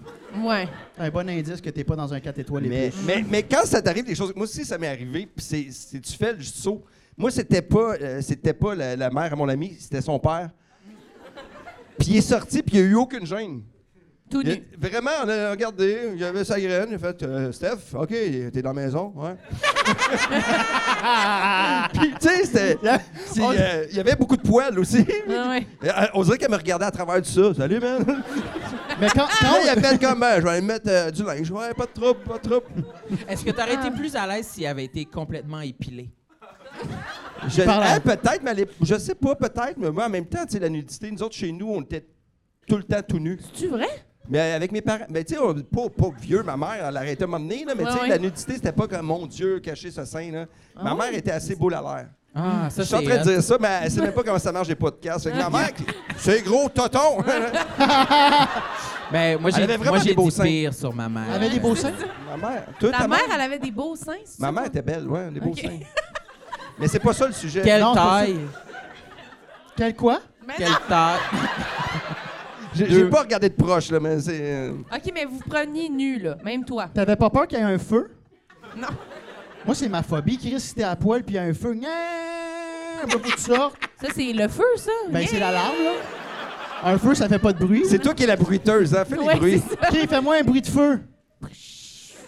Ouais. C'est un bon indice que t'es pas dans un 4 étoiles et Mais, plus. mais, mais quand ça t'arrive des choses, moi aussi ça m'est arrivé, puis c'est, c'est- tu fais le saut. Moi c'était pas euh, c'était pas la, la mère à mon ami, c'était son père. Puis il est sorti, puis il a eu aucune gêne. Tout Il a- nu. vraiment, on a regardé, il avait sa graine, il a fait euh, Steph, OK, t'es dans la maison, ouais. puis tu sais, c'était- c'est, On- euh, il y avait beaucoup de poils aussi. Ah Oh, ouais. Euh, On dirait qu'elle me regardait à travers de ça. Salut, man! Mais quand, Ah Là, il a quand, fait comme, Ben, je vais aller mettre euh, du linge. Ouais, pas de trouble, pas de trouble. Est-ce que t'aurais été plus à l'aise s'il avait été complètement épilé? Je, parle à- eh, peut-être, mais à l'ép- je sais pas, peut-être, mais moi, en même temps, tu sais, la nudité, nous autres, chez nous, on était tout le temps tout nus. C'est-tu vrai? Mais avec mes parents, mais tu sais, on- pas, pas vieux, ma mère, elle arrêtait de m'emmener, là, mais tu Ouais, sais, ouais. Ah la nudité, c'était pas comme, mon Dieu, cacher ce sein, là. ma mère était assez boule à l'air. Ah, ça, Je suis en train de dire ça, mais elle sait même pas comment ça marche les podcasts. Fait que ma mère, qui- c'est gros toton! Ben, moi, Elle j'ai avait vraiment moi, j'ai des beaux dit seins. pire sur ma mère. elle avait des beaux seins. ma mère, toi, Ta mère, elle avait des beaux seins. c'est ça? Ma mère était belle, ouais, les beaux Ok. seins. Mais c'est pas ça le sujet. Quelle Non, c'est pas taille! Quel quoi? Mais non. Quelle taille! J'ai j'ai pas regardé de proche, là, mais c'est. euh, OK, mais vous preniez nu, là. Même toi. T'avais pas peur qu'il y ait un feu? Non. Moi, c'est ma phobie. Chris, si t'es à poil puis il y a un feu, gna, faut que tu sortes. Ça, c'est le feu, ça? Ben, Yeah! c'est l'alarme, là. Un feu, ça fait pas de bruit. C'est toi qui es la bruiteuse, hein? Fais les Ouais, bruits. c'est ça. OK, fais-moi un bruit de feu.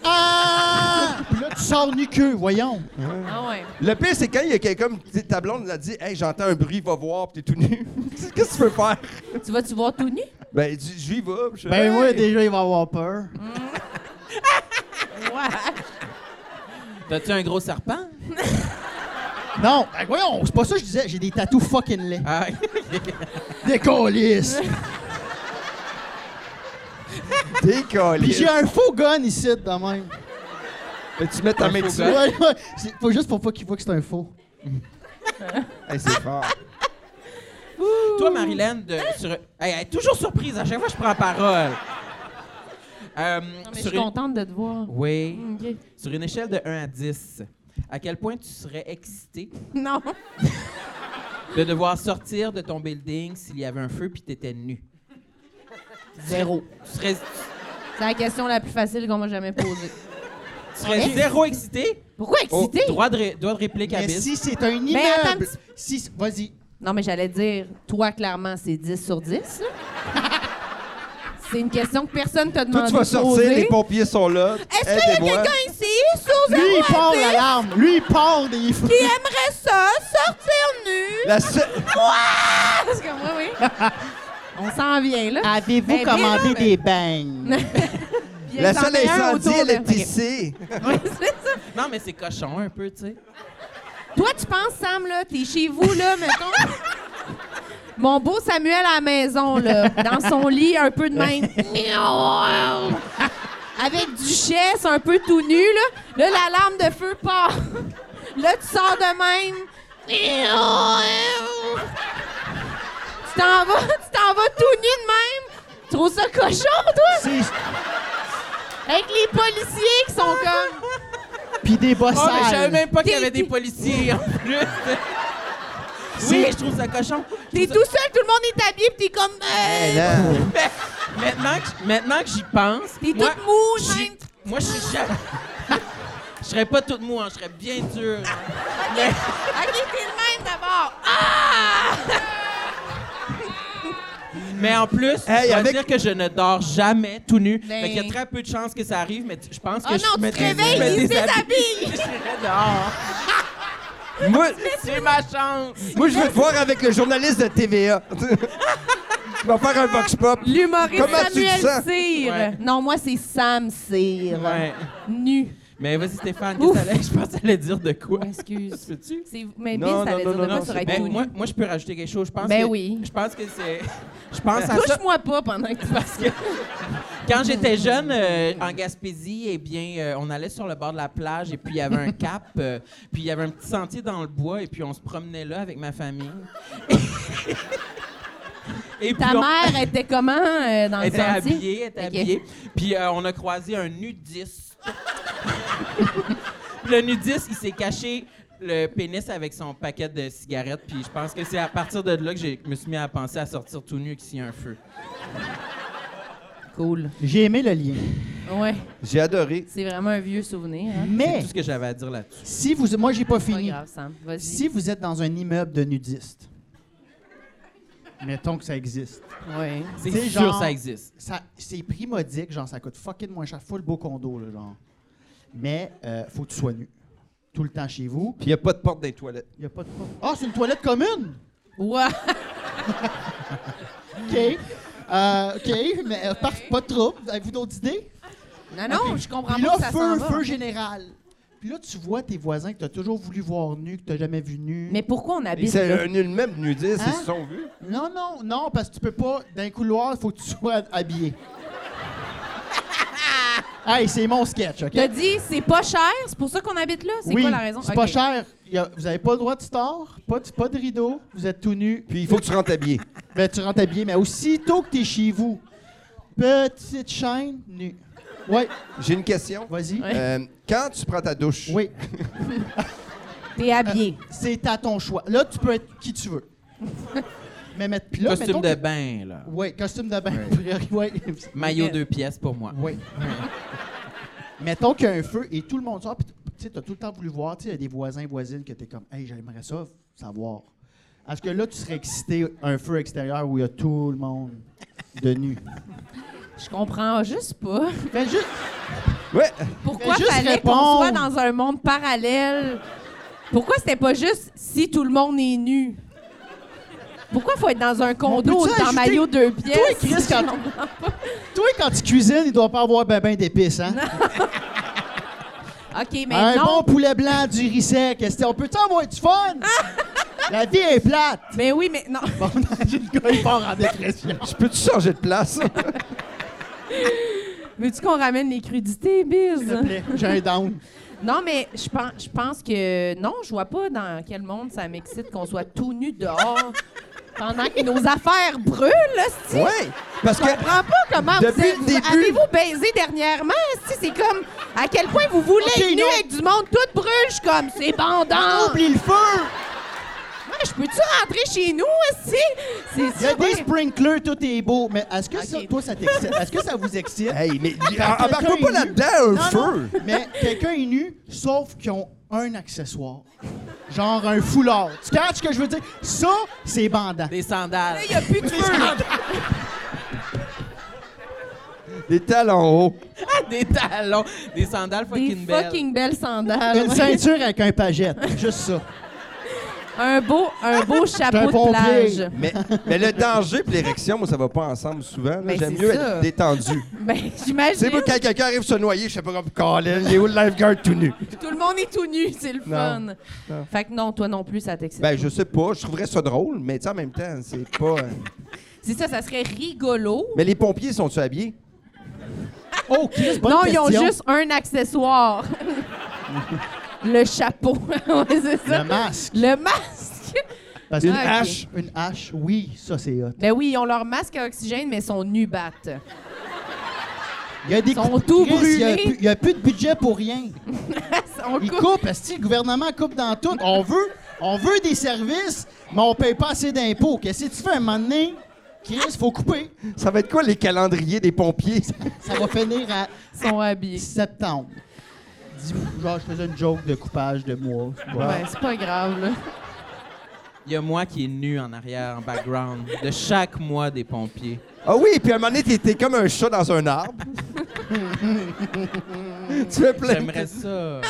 Ah! Puis là, tu sors nu queue, voyons. Ah ouais. Le pire, c'est quand il y a quelqu'un, comme tu sais, ta blonde, elle a dit Hey, j'entends un bruit, va voir, puis t'es tout nu. Qu'est-ce que tu peux faire Tu vas-tu voir tout nu? Ben, elle dit, j'y vais. puis je fais, Ben Hey! ouais, déjà, il va avoir peur. T'as-tu un gros serpent? Non, ben voyons, c'est pas ça que je disais. J'ai des tatous fucking laids. Ah, Des colis. T'es collé. Puis j'ai un faux gun ici, de même. Ben, tu mets ta Un main faux dessus. gars. Ouais, ouais. C'est faut juste pour pas qu'il voit que c'est un faux. Hey, c'est fort. Toi, Marilyn, de, sur, hey, elle est toujours surprise à chaque fois que je prends la parole. Euh, Mais je sur suis une- contente Mm. de te voir. Oui. OK. Sur une échelle de 1 à 10, à quel point tu serais excité Non. de devoir sortir de ton building s'il y avait un feu puis t'étais nu? Zéro. Tu serais, tu C'est la question la plus facile qu'on m'a jamais posée. serais zéro excité? Pourquoi excité? Droit de, ré- droit de réplique à Mais bis. si c'est un immeuble... Ben, attends un petit- si, c'est- Vas-y. Non, mais j'allais dire, toi, clairement, c'est 10 sur 10. là. c'est une question que personne t'a demandé. Toi, tu vas de sortir, poser. les pompiers sont là. Est-ce qu'il y a Aidez-moi. quelqu'un ici sous Lui, zéro il à part dix, l'alarme. Lui, il part des feux. qui aimerait ça sortir nu? La seule- Ah, Parce que moi, oui. On s'en vient, Ah. là. Avez-vous Ben, commandé bien, des beignes? Puis il y a La le seule 101 incendie, autour elle de- est Ok. ici. Ouais, c'est ça. Non, mais c'est cochon un peu, tu sais. Toi, tu penses, Sam, là, t'es chez vous, là, mettons. Mon beau Samuel à la maison, là, dans son lit, un peu de même. Avec du chess, un peu tout nu, là. Là, l'alarme de feu part. Là, tu sors de même. Tu t'en vas, tu t'en vas tout nu de même. Tu trouves ça cochon, toi? C'est- Avec les policiers qui sont comme... Puis des bossages. Oh, mais je savais même pas qu'il y T'es- avait des t'es- policiers en plus. oui, C'est- je trouve ça cochon. T'es tout seul, tout le monde est habillé, pis t'es comme... euh, Eh, là. Mais maintenant que, maintenant que j'y pense, T'es moi, toute moue, je suis- même. moi, je suis jamais- Je serais pas toute mou, hein, je serais bien dur. hein. Ok, t'es Ah, le même d'abord. Ah! Mais en plus, Hey, je dois avec- dire que je ne dors jamais tout nu. Ben- Fait qu'il y a très peu de chances que ça arrive, mais tu- je pense que Oh je non, tu me te réveilles, il se déshabille! Je serais dehors. Moi, C'est ma chance. moi, je veux te voir avec le journaliste de TVA. Tu vas faire un box pop. L'humoriste Comment tu te Samuel sens? Cyr. Ouais. Non, moi, c'est Sam Cyr. Ouais. hein. Nu. Mais vas-y, Stéphane, Ouf. qu'est-ce que t'allais- je pense que t'allais dire de quoi? Excuse. Peux-tu? C'est- Mais Non, bien, non, ça allait dire non, non, de moi non, sur c'est- être Ben, tout nu. moi, moi, je peux rajouter quelque chose. Je pense Ben que, oui. Je pense que c'est. Je pense à ça. Touche-moi pas pendant que tu passes. Quand j'étais jeune, euh, en Gaspésie, eh bien, euh, on allait sur le bord de la plage et puis il y avait un cap, euh, puis il y avait un petit sentier dans le bois et puis on se promenait là avec ma famille. et Ta puis on- mère était comment euh, dans elle était le sentier? habillée, elle était Ok. habillée. Puis euh, on a croisé un nudiste. Puis le nudiste, il s'est caché le pénis avec son paquet de cigarettes. Puis je pense que c'est à partir de là que j'ai- je me suis mis à penser à sortir tout nu et qu'il y a un feu. Cool. J'ai aimé le lien. Ouais, J'ai adoré. c'est vraiment un vieux souvenir. hein. Mais Tout ce que j'avais à dire là-dessus. si vous. Moi, j'ai pas Pas fini. grave, Sam. Vas-y. Si vous êtes dans un immeuble de nudistes, mettons que ça existe. Ouais. C'est C'est sûr genre- ça existe. Ça- c'est primodique, genre ça coûte fucking moins cher, full beau condo, là, genre. Mais euh, faut que tu sois nu. Tout le temps chez vous. Puis il n'y a pas de porte dans les toilettes. Il y a pas de Ah, c'est une toilette commune! Ouais. OK. Euh, OK, mais euh, parf- pas de trouble. Avez-vous d'autres idées? Non, non, je comprends Puis pas là, que ça s'en feu, va. feu général. Puis là, tu vois tes voisins que t'as toujours voulu voir nu, que t'as jamais vu nu. Mais pourquoi on habite C'est là? un nul même nudiste, Hein? ils se sont vus. Non, non, non, parce que tu peux pas. D'un couloir, il faut que tu sois habillé. hey, c'est mon sketch, OK? T'as dit, c'est pas cher, c'est pour ça qu'on habite là? C'est oui, quoi la raison? C'est Ok. pas cher. Il y a- vous avez pas le droit de store, pas de, pas de rideau, vous êtes tout nu. Puis il faut que tu rentres habillé. Ben, tu rentres habillé, mais aussitôt que t'es chez vous, petite chaîne nue. Ouais, J'ai une question. vas-y. Ouais. Euh, quand tu prends ta douche, Oui, T'es habillé. c'est à ton choix. Là, tu peux être qui tu veux. mais mettre puis là, Costume mettons de que- bain, là. Ouais, costume de bain. a priori, ouais. Maillot Mais- deux pièces pour moi. Oui. Mettons qu'il y a un feu et tout le monde sort, puis t- tu sais, t'as tout le temps voulu voir, tu sais, il y a des voisins, voisines que t'es comme, hey, j'aimerais ça savoir. Est-ce que là, tu serais excité un feu extérieur où il y a tout le monde de nu? Je comprends Ben, juste pas. Fais juste, ouais, Pourquoi Fais juste fallait qu'on répondre. soit dans un monde parallèle? Pourquoi c'était pas juste si tout le monde est nu? Pourquoi faut être dans un condo peut-tu dans ajouter- maillot deux pièces? Toi, Chris, quand- toi, quand tu cuisines, il doit pas avoir ben ben d'épices, hein? OK, mais un non. bon poulet blanc, du riz sec, est-ce que- on peut-tu avoir du fun? La vie est plate! Mais oui, mais non. Bon, j'ai le gars, il part en dépression. je peux-tu changer de place? Veux-tu qu'on ramène les crudités, S'il Biz? te plaît, J'ai un down. Non, mais je pense, je pense que non, je vois pas dans quel monde ça m'excite qu'on soit tout nu dehors pendant que nos affaires brûlent, hostie. ouais, parce Je que comprends pas comment vous, Depuis êtes- le vous- début- avez-vous baisé dernièrement hostie? c'est comme à quel point vous voulez Ok, être nu non. avec du monde tout brûle, je suis comme c'est bandant. Oublie le feu! Ouais, je peux-tu rentrer chez nous aussi C'est Il y a ça, ouais. des sprinklers, tout est beau, mais est-ce que ça, Ok. toi, ça t'excite? Est-ce que ça vous excite? Hey, mais Quand embarque quelqu'un pas est nu- là-dedans, un Non, feu! non, mais quelqu'un est nu, sauf qu'ils ont un accessoire. Genre un foulard. Tu catches ce que je veux dire? Ça, c'est bandant. Des sandales. Il y a plus de feu. Des talons hauts. Des talons. Des sandales Des fucking belles. fucking belles sandales. Une ouais. ceinture avec un pagette. Juste ça. Un beau, un beau un chapeau de pompier. plage. Mais, mais le danger et l'érection, moi, ça va pas ensemble souvent. là. Ben, J'aime c'est mieux ça. être détendu. Ben, Tu sais, j'imagine. moi, quand quelqu'un arrive se noyer, je sais pas comme Colin, il est où le lifeguard tout nu? Tout le monde est tout nu, c'est le Non. fun. Non. Fait que non, toi non plus, ça t'excite. Ben, je sais pas, je trouverais ça drôle, mais tu sais, en même temps, c'est pas. euh, C'est ça, ça serait rigolo. Mais les pompiers sont-tu habillés? Oh, Chris, bonne non, ils question. ont juste un accessoire. le chapeau. ouais, c'est ça. Le masque. Le masque. Parce Une que- Ah, ok. hache. Une hache, oui, ça, c'est hot. Ben oui, ils ont leur masque à oxygène, mais ils sont nus battes. Il y a des Ils sont coupes- tout Chris, il y a brûlés. plus- Il n'y a plus de budget pour rien. On Ils coupe. coupent, est-ce que le gouvernement coupe dans tout? On veut, on veut des services, mais on paye pas assez d'impôts. Qu'est-ce que tu fais un moment donné? Chris, faut couper. Ça va être quoi les calendriers des pompiers? Ça va finir à Ils sont habillés. septembre. Dis- Genre, je faisais une joke de coupage de mois. C'est pas- Ouais, c'est pas grave, là. Il y a moi qui est nu en arrière, en background, de chaque mois des pompiers. Ah oui, puis à un moment donné, t'es- t'es comme un chat dans un arbre. tu fais plein. J'aimerais ça. Je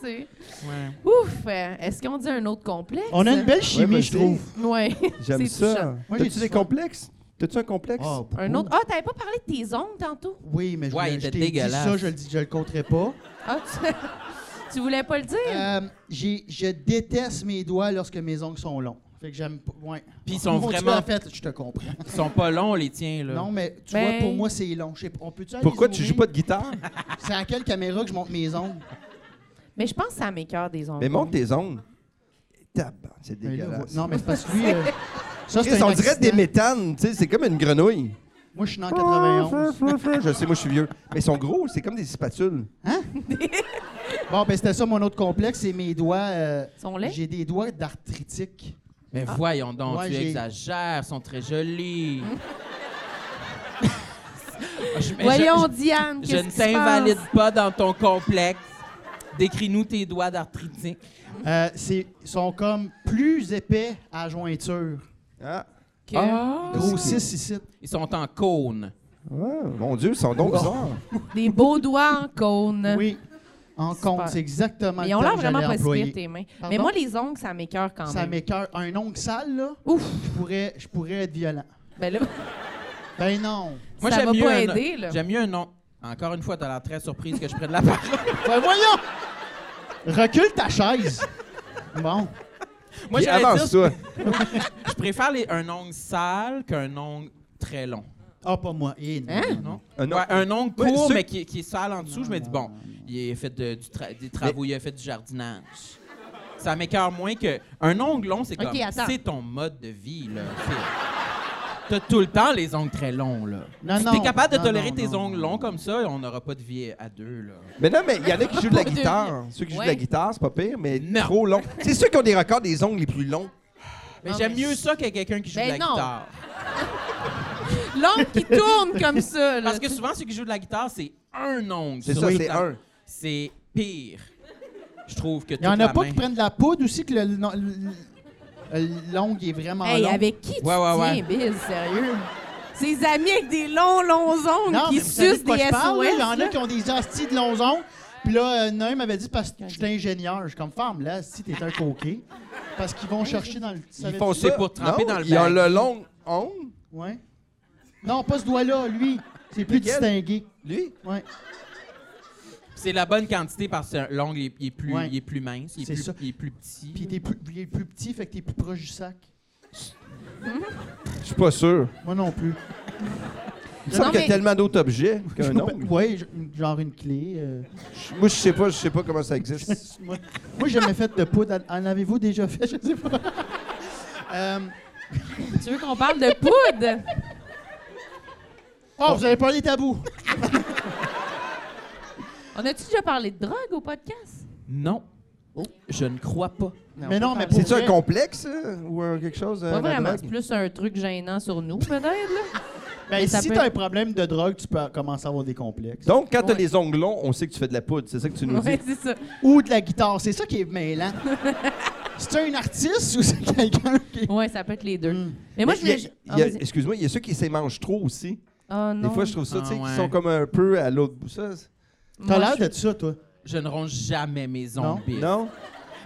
sais. Ouais. Ouf! euh, Est-ce qu'on dit un autre complexe? On a une belle Ouais, ben, chimie, vas-y. je trouve. Ouais. J'aime c'est touchant. ça. Moi, j'ai T'as-tu du des fun. complexes? T'as-tu un complexe? Oh, beaucoup. Un autre. Ah, t'avais pas parlé de tes ongles tantôt? Oui, mais je, Ouais, voulais- il je était t'ai dit dégueulasse. ça, je le dis, je le compterai pas. Ah, tu... tu voulais pas le dire? Euh, j'ai- je déteste mes doigts lorsque mes ongles sont longs. Fait que j'aime pas. Ouais. Puis ils sont Mon Dieu, vraiment- En fait, je te comprends. Ils sont pas longs, les tiens, là. Non, mais tu Ben- vois, pour moi, c'est long. Je sais pas, On peut-tu aller Pourquoi tu zoomer? joues pas de guitare? C'est à quelle caméra que je monte mes ongles? Mais je pense que ça m'écœure des ongles. Mais monte tes ongles. Tabarnak, c'est Mais là, dégueulasse. vo- non, mais c'est parce que lui. euh, ça, c'est Chris, un on dirait des accident. méthanes, tu sais, c'est comme une grenouille. Moi, je suis né en Ah, 91. je sais, moi, je suis vieux. Mais ils sont gros, c'est comme des spatules. Bon, ben, c'était ça mon autre complexe, c'est mes doigts. euh, Ils sont laids? J'ai des doigts d'arthritique. Mais Ah, voyons donc, Ouais, tu j'ai- exagères, ils sont très jolis. je- Hein? mais Voyons, je- Diane, Je qu'est-ce ne qui se passe? t'invalide pas dans ton complexe. Décris-nous tes doigts d'arthritique. Euh, c'est- ils sont comme plus épais à jointure. Ah. Que- Ah. Grossissent ici. Ils sont en cône. Ouais, mon Dieu, ils sont donc bizarres. Des beaux doigts en cône. Oui. En compte, c'est exactement Ah. Mais le ils ont l'air terme que vraiment j'allais pas si employer. pires, tes mains. Mais Pardon? moi, les ongles, ça m'écœure quand Ça même. m'écœure. Un ongle sale, là, Ouf! je pourrais, je pourrais être violent. Ben là, Ben non. Moi, Ça j'aime va mieux pas un- aider, là. J'aime mieux un nom. Encore une fois, t'as l'air très surprise que je prenne la parole. Ben voyons! Recule ta chaise. Bon. Moi, Puis j'allais dire, avance-toi. je préfère les- un ongle sale qu'un ongle très long. Ah, pas moi. Eh, non, Hein? non, non. Un Ouais, un ongle Ouais, court, ceux- mais qui, qui est sale en dessous, je me dis, bon, il a fait de- du tra- des travaux, il a fait du jardinage. Ça m'écœure moins que. Un ongle long, c'est Ok, comme. attends. c'est ton mode de vie, là. C'est- T'as tout le temps les ongles très longs, là. Non, si non, t'es capable de non, tolérer non, tes non, ongles non, longs non. comme ça, on n'aura pas de vie à deux, là. Mais non, mais il y en a qui jouent de la Pour deux. guitare. Ceux qui jouent de la Ouais. guitare, c'est pas pire, mais Non. trop long. C'est ceux qui ont des records des ongles les plus longs. Mais Non, j'aime mais- mieux ça que quelqu'un qui joue Ben de la non. guitare. l'ongle qui tourne comme ça. là. Euh, Parce que souvent, ceux qui jouent de la guitare, c'est un ongle. C'est sur ça, la c'est guitare. un. C'est pire. Je trouve que Il y en toute a la pas main- qui prennent de la poudre aussi, que le, non- le- le longue est vraiment Hey, long. avec qui tu Ouais, ouais, te ouais. tiens, Bill, sérieux? Ses amis avec des longs, longs ongles Non, qui mais vous savez sucent de quoi des je SOS. parle, là? Il y en là. a qui ont des hosties de longs ongles. Puis là, euh, Noël m'avait dit parce que je suis ingénieur. Je suis comme femme, là, si t'es un coquet. Parce qu'ils vont chercher dans le. Ils font Ça, c'est pour tremper non, dans le Ils ont bain. le long ongle, Ouais. Non, pas ce doigt-là, lui. C'est plus Lequel? distingué. lui. Ouais. C'est la bonne quantité parce que l'ongle il est, il est plus, Ouais. il est plus mince, il est C'est plus, ça. il est plus petit. Puis t'es plus, il est plus petit, fait que t'es plus proche du sac. Je suis pas sûr. Moi non plus. Il me semble Non, qu'il y a mais- tellement d'autres objets qu'un Non, ongle. ouais, je- genre une clé. euh. Je- Moi, je sais pas, je sais pas comment ça existe. Moi, moi, j'ai jamais fait de poudre. En en avez-vous déjà fait? Je sais pas. Euh, Tu veux qu'on parle de poudre? Oh, vous avez parlé tabous. On a-tu déjà parlé de drogue au podcast? Non. Oh. Je ne crois pas. Mais non, mais pour C'est-tu un vrai- complexe hein, ou euh, quelque chose? euh, Pas la vraiment. drogue? C'est plus un truc gênant sur nous, peut-être, là. Ben, Mais ça si peut- t'as un problème de drogue, tu peux commencer à avoir des complexes. Donc, quand t'as Ouais. les ongles longs, on sait que tu fais de la poudre. C'est ça que tu nous Ouais, dis. c'est ça. Ou de la guitare, c'est ça qui est mêlant. c'est un artiste ou c'est quelqu'un qui. Ouais, ça peut être les deux. Hmm. Mais moi, je Il y a- voulais. il y a- Ah, vas-y. Excuse-moi, il y a ceux qui s'émangent trop aussi. Ah, non. Des fois, je trouve ça, tu sais, Ah, qu'ils ouais. sont comme un peu à l'autre bout. Ça, c'est- Moi, T'as l'air je- de ça, toi. Je ne ronge jamais mes Non. ongles. Bill. non?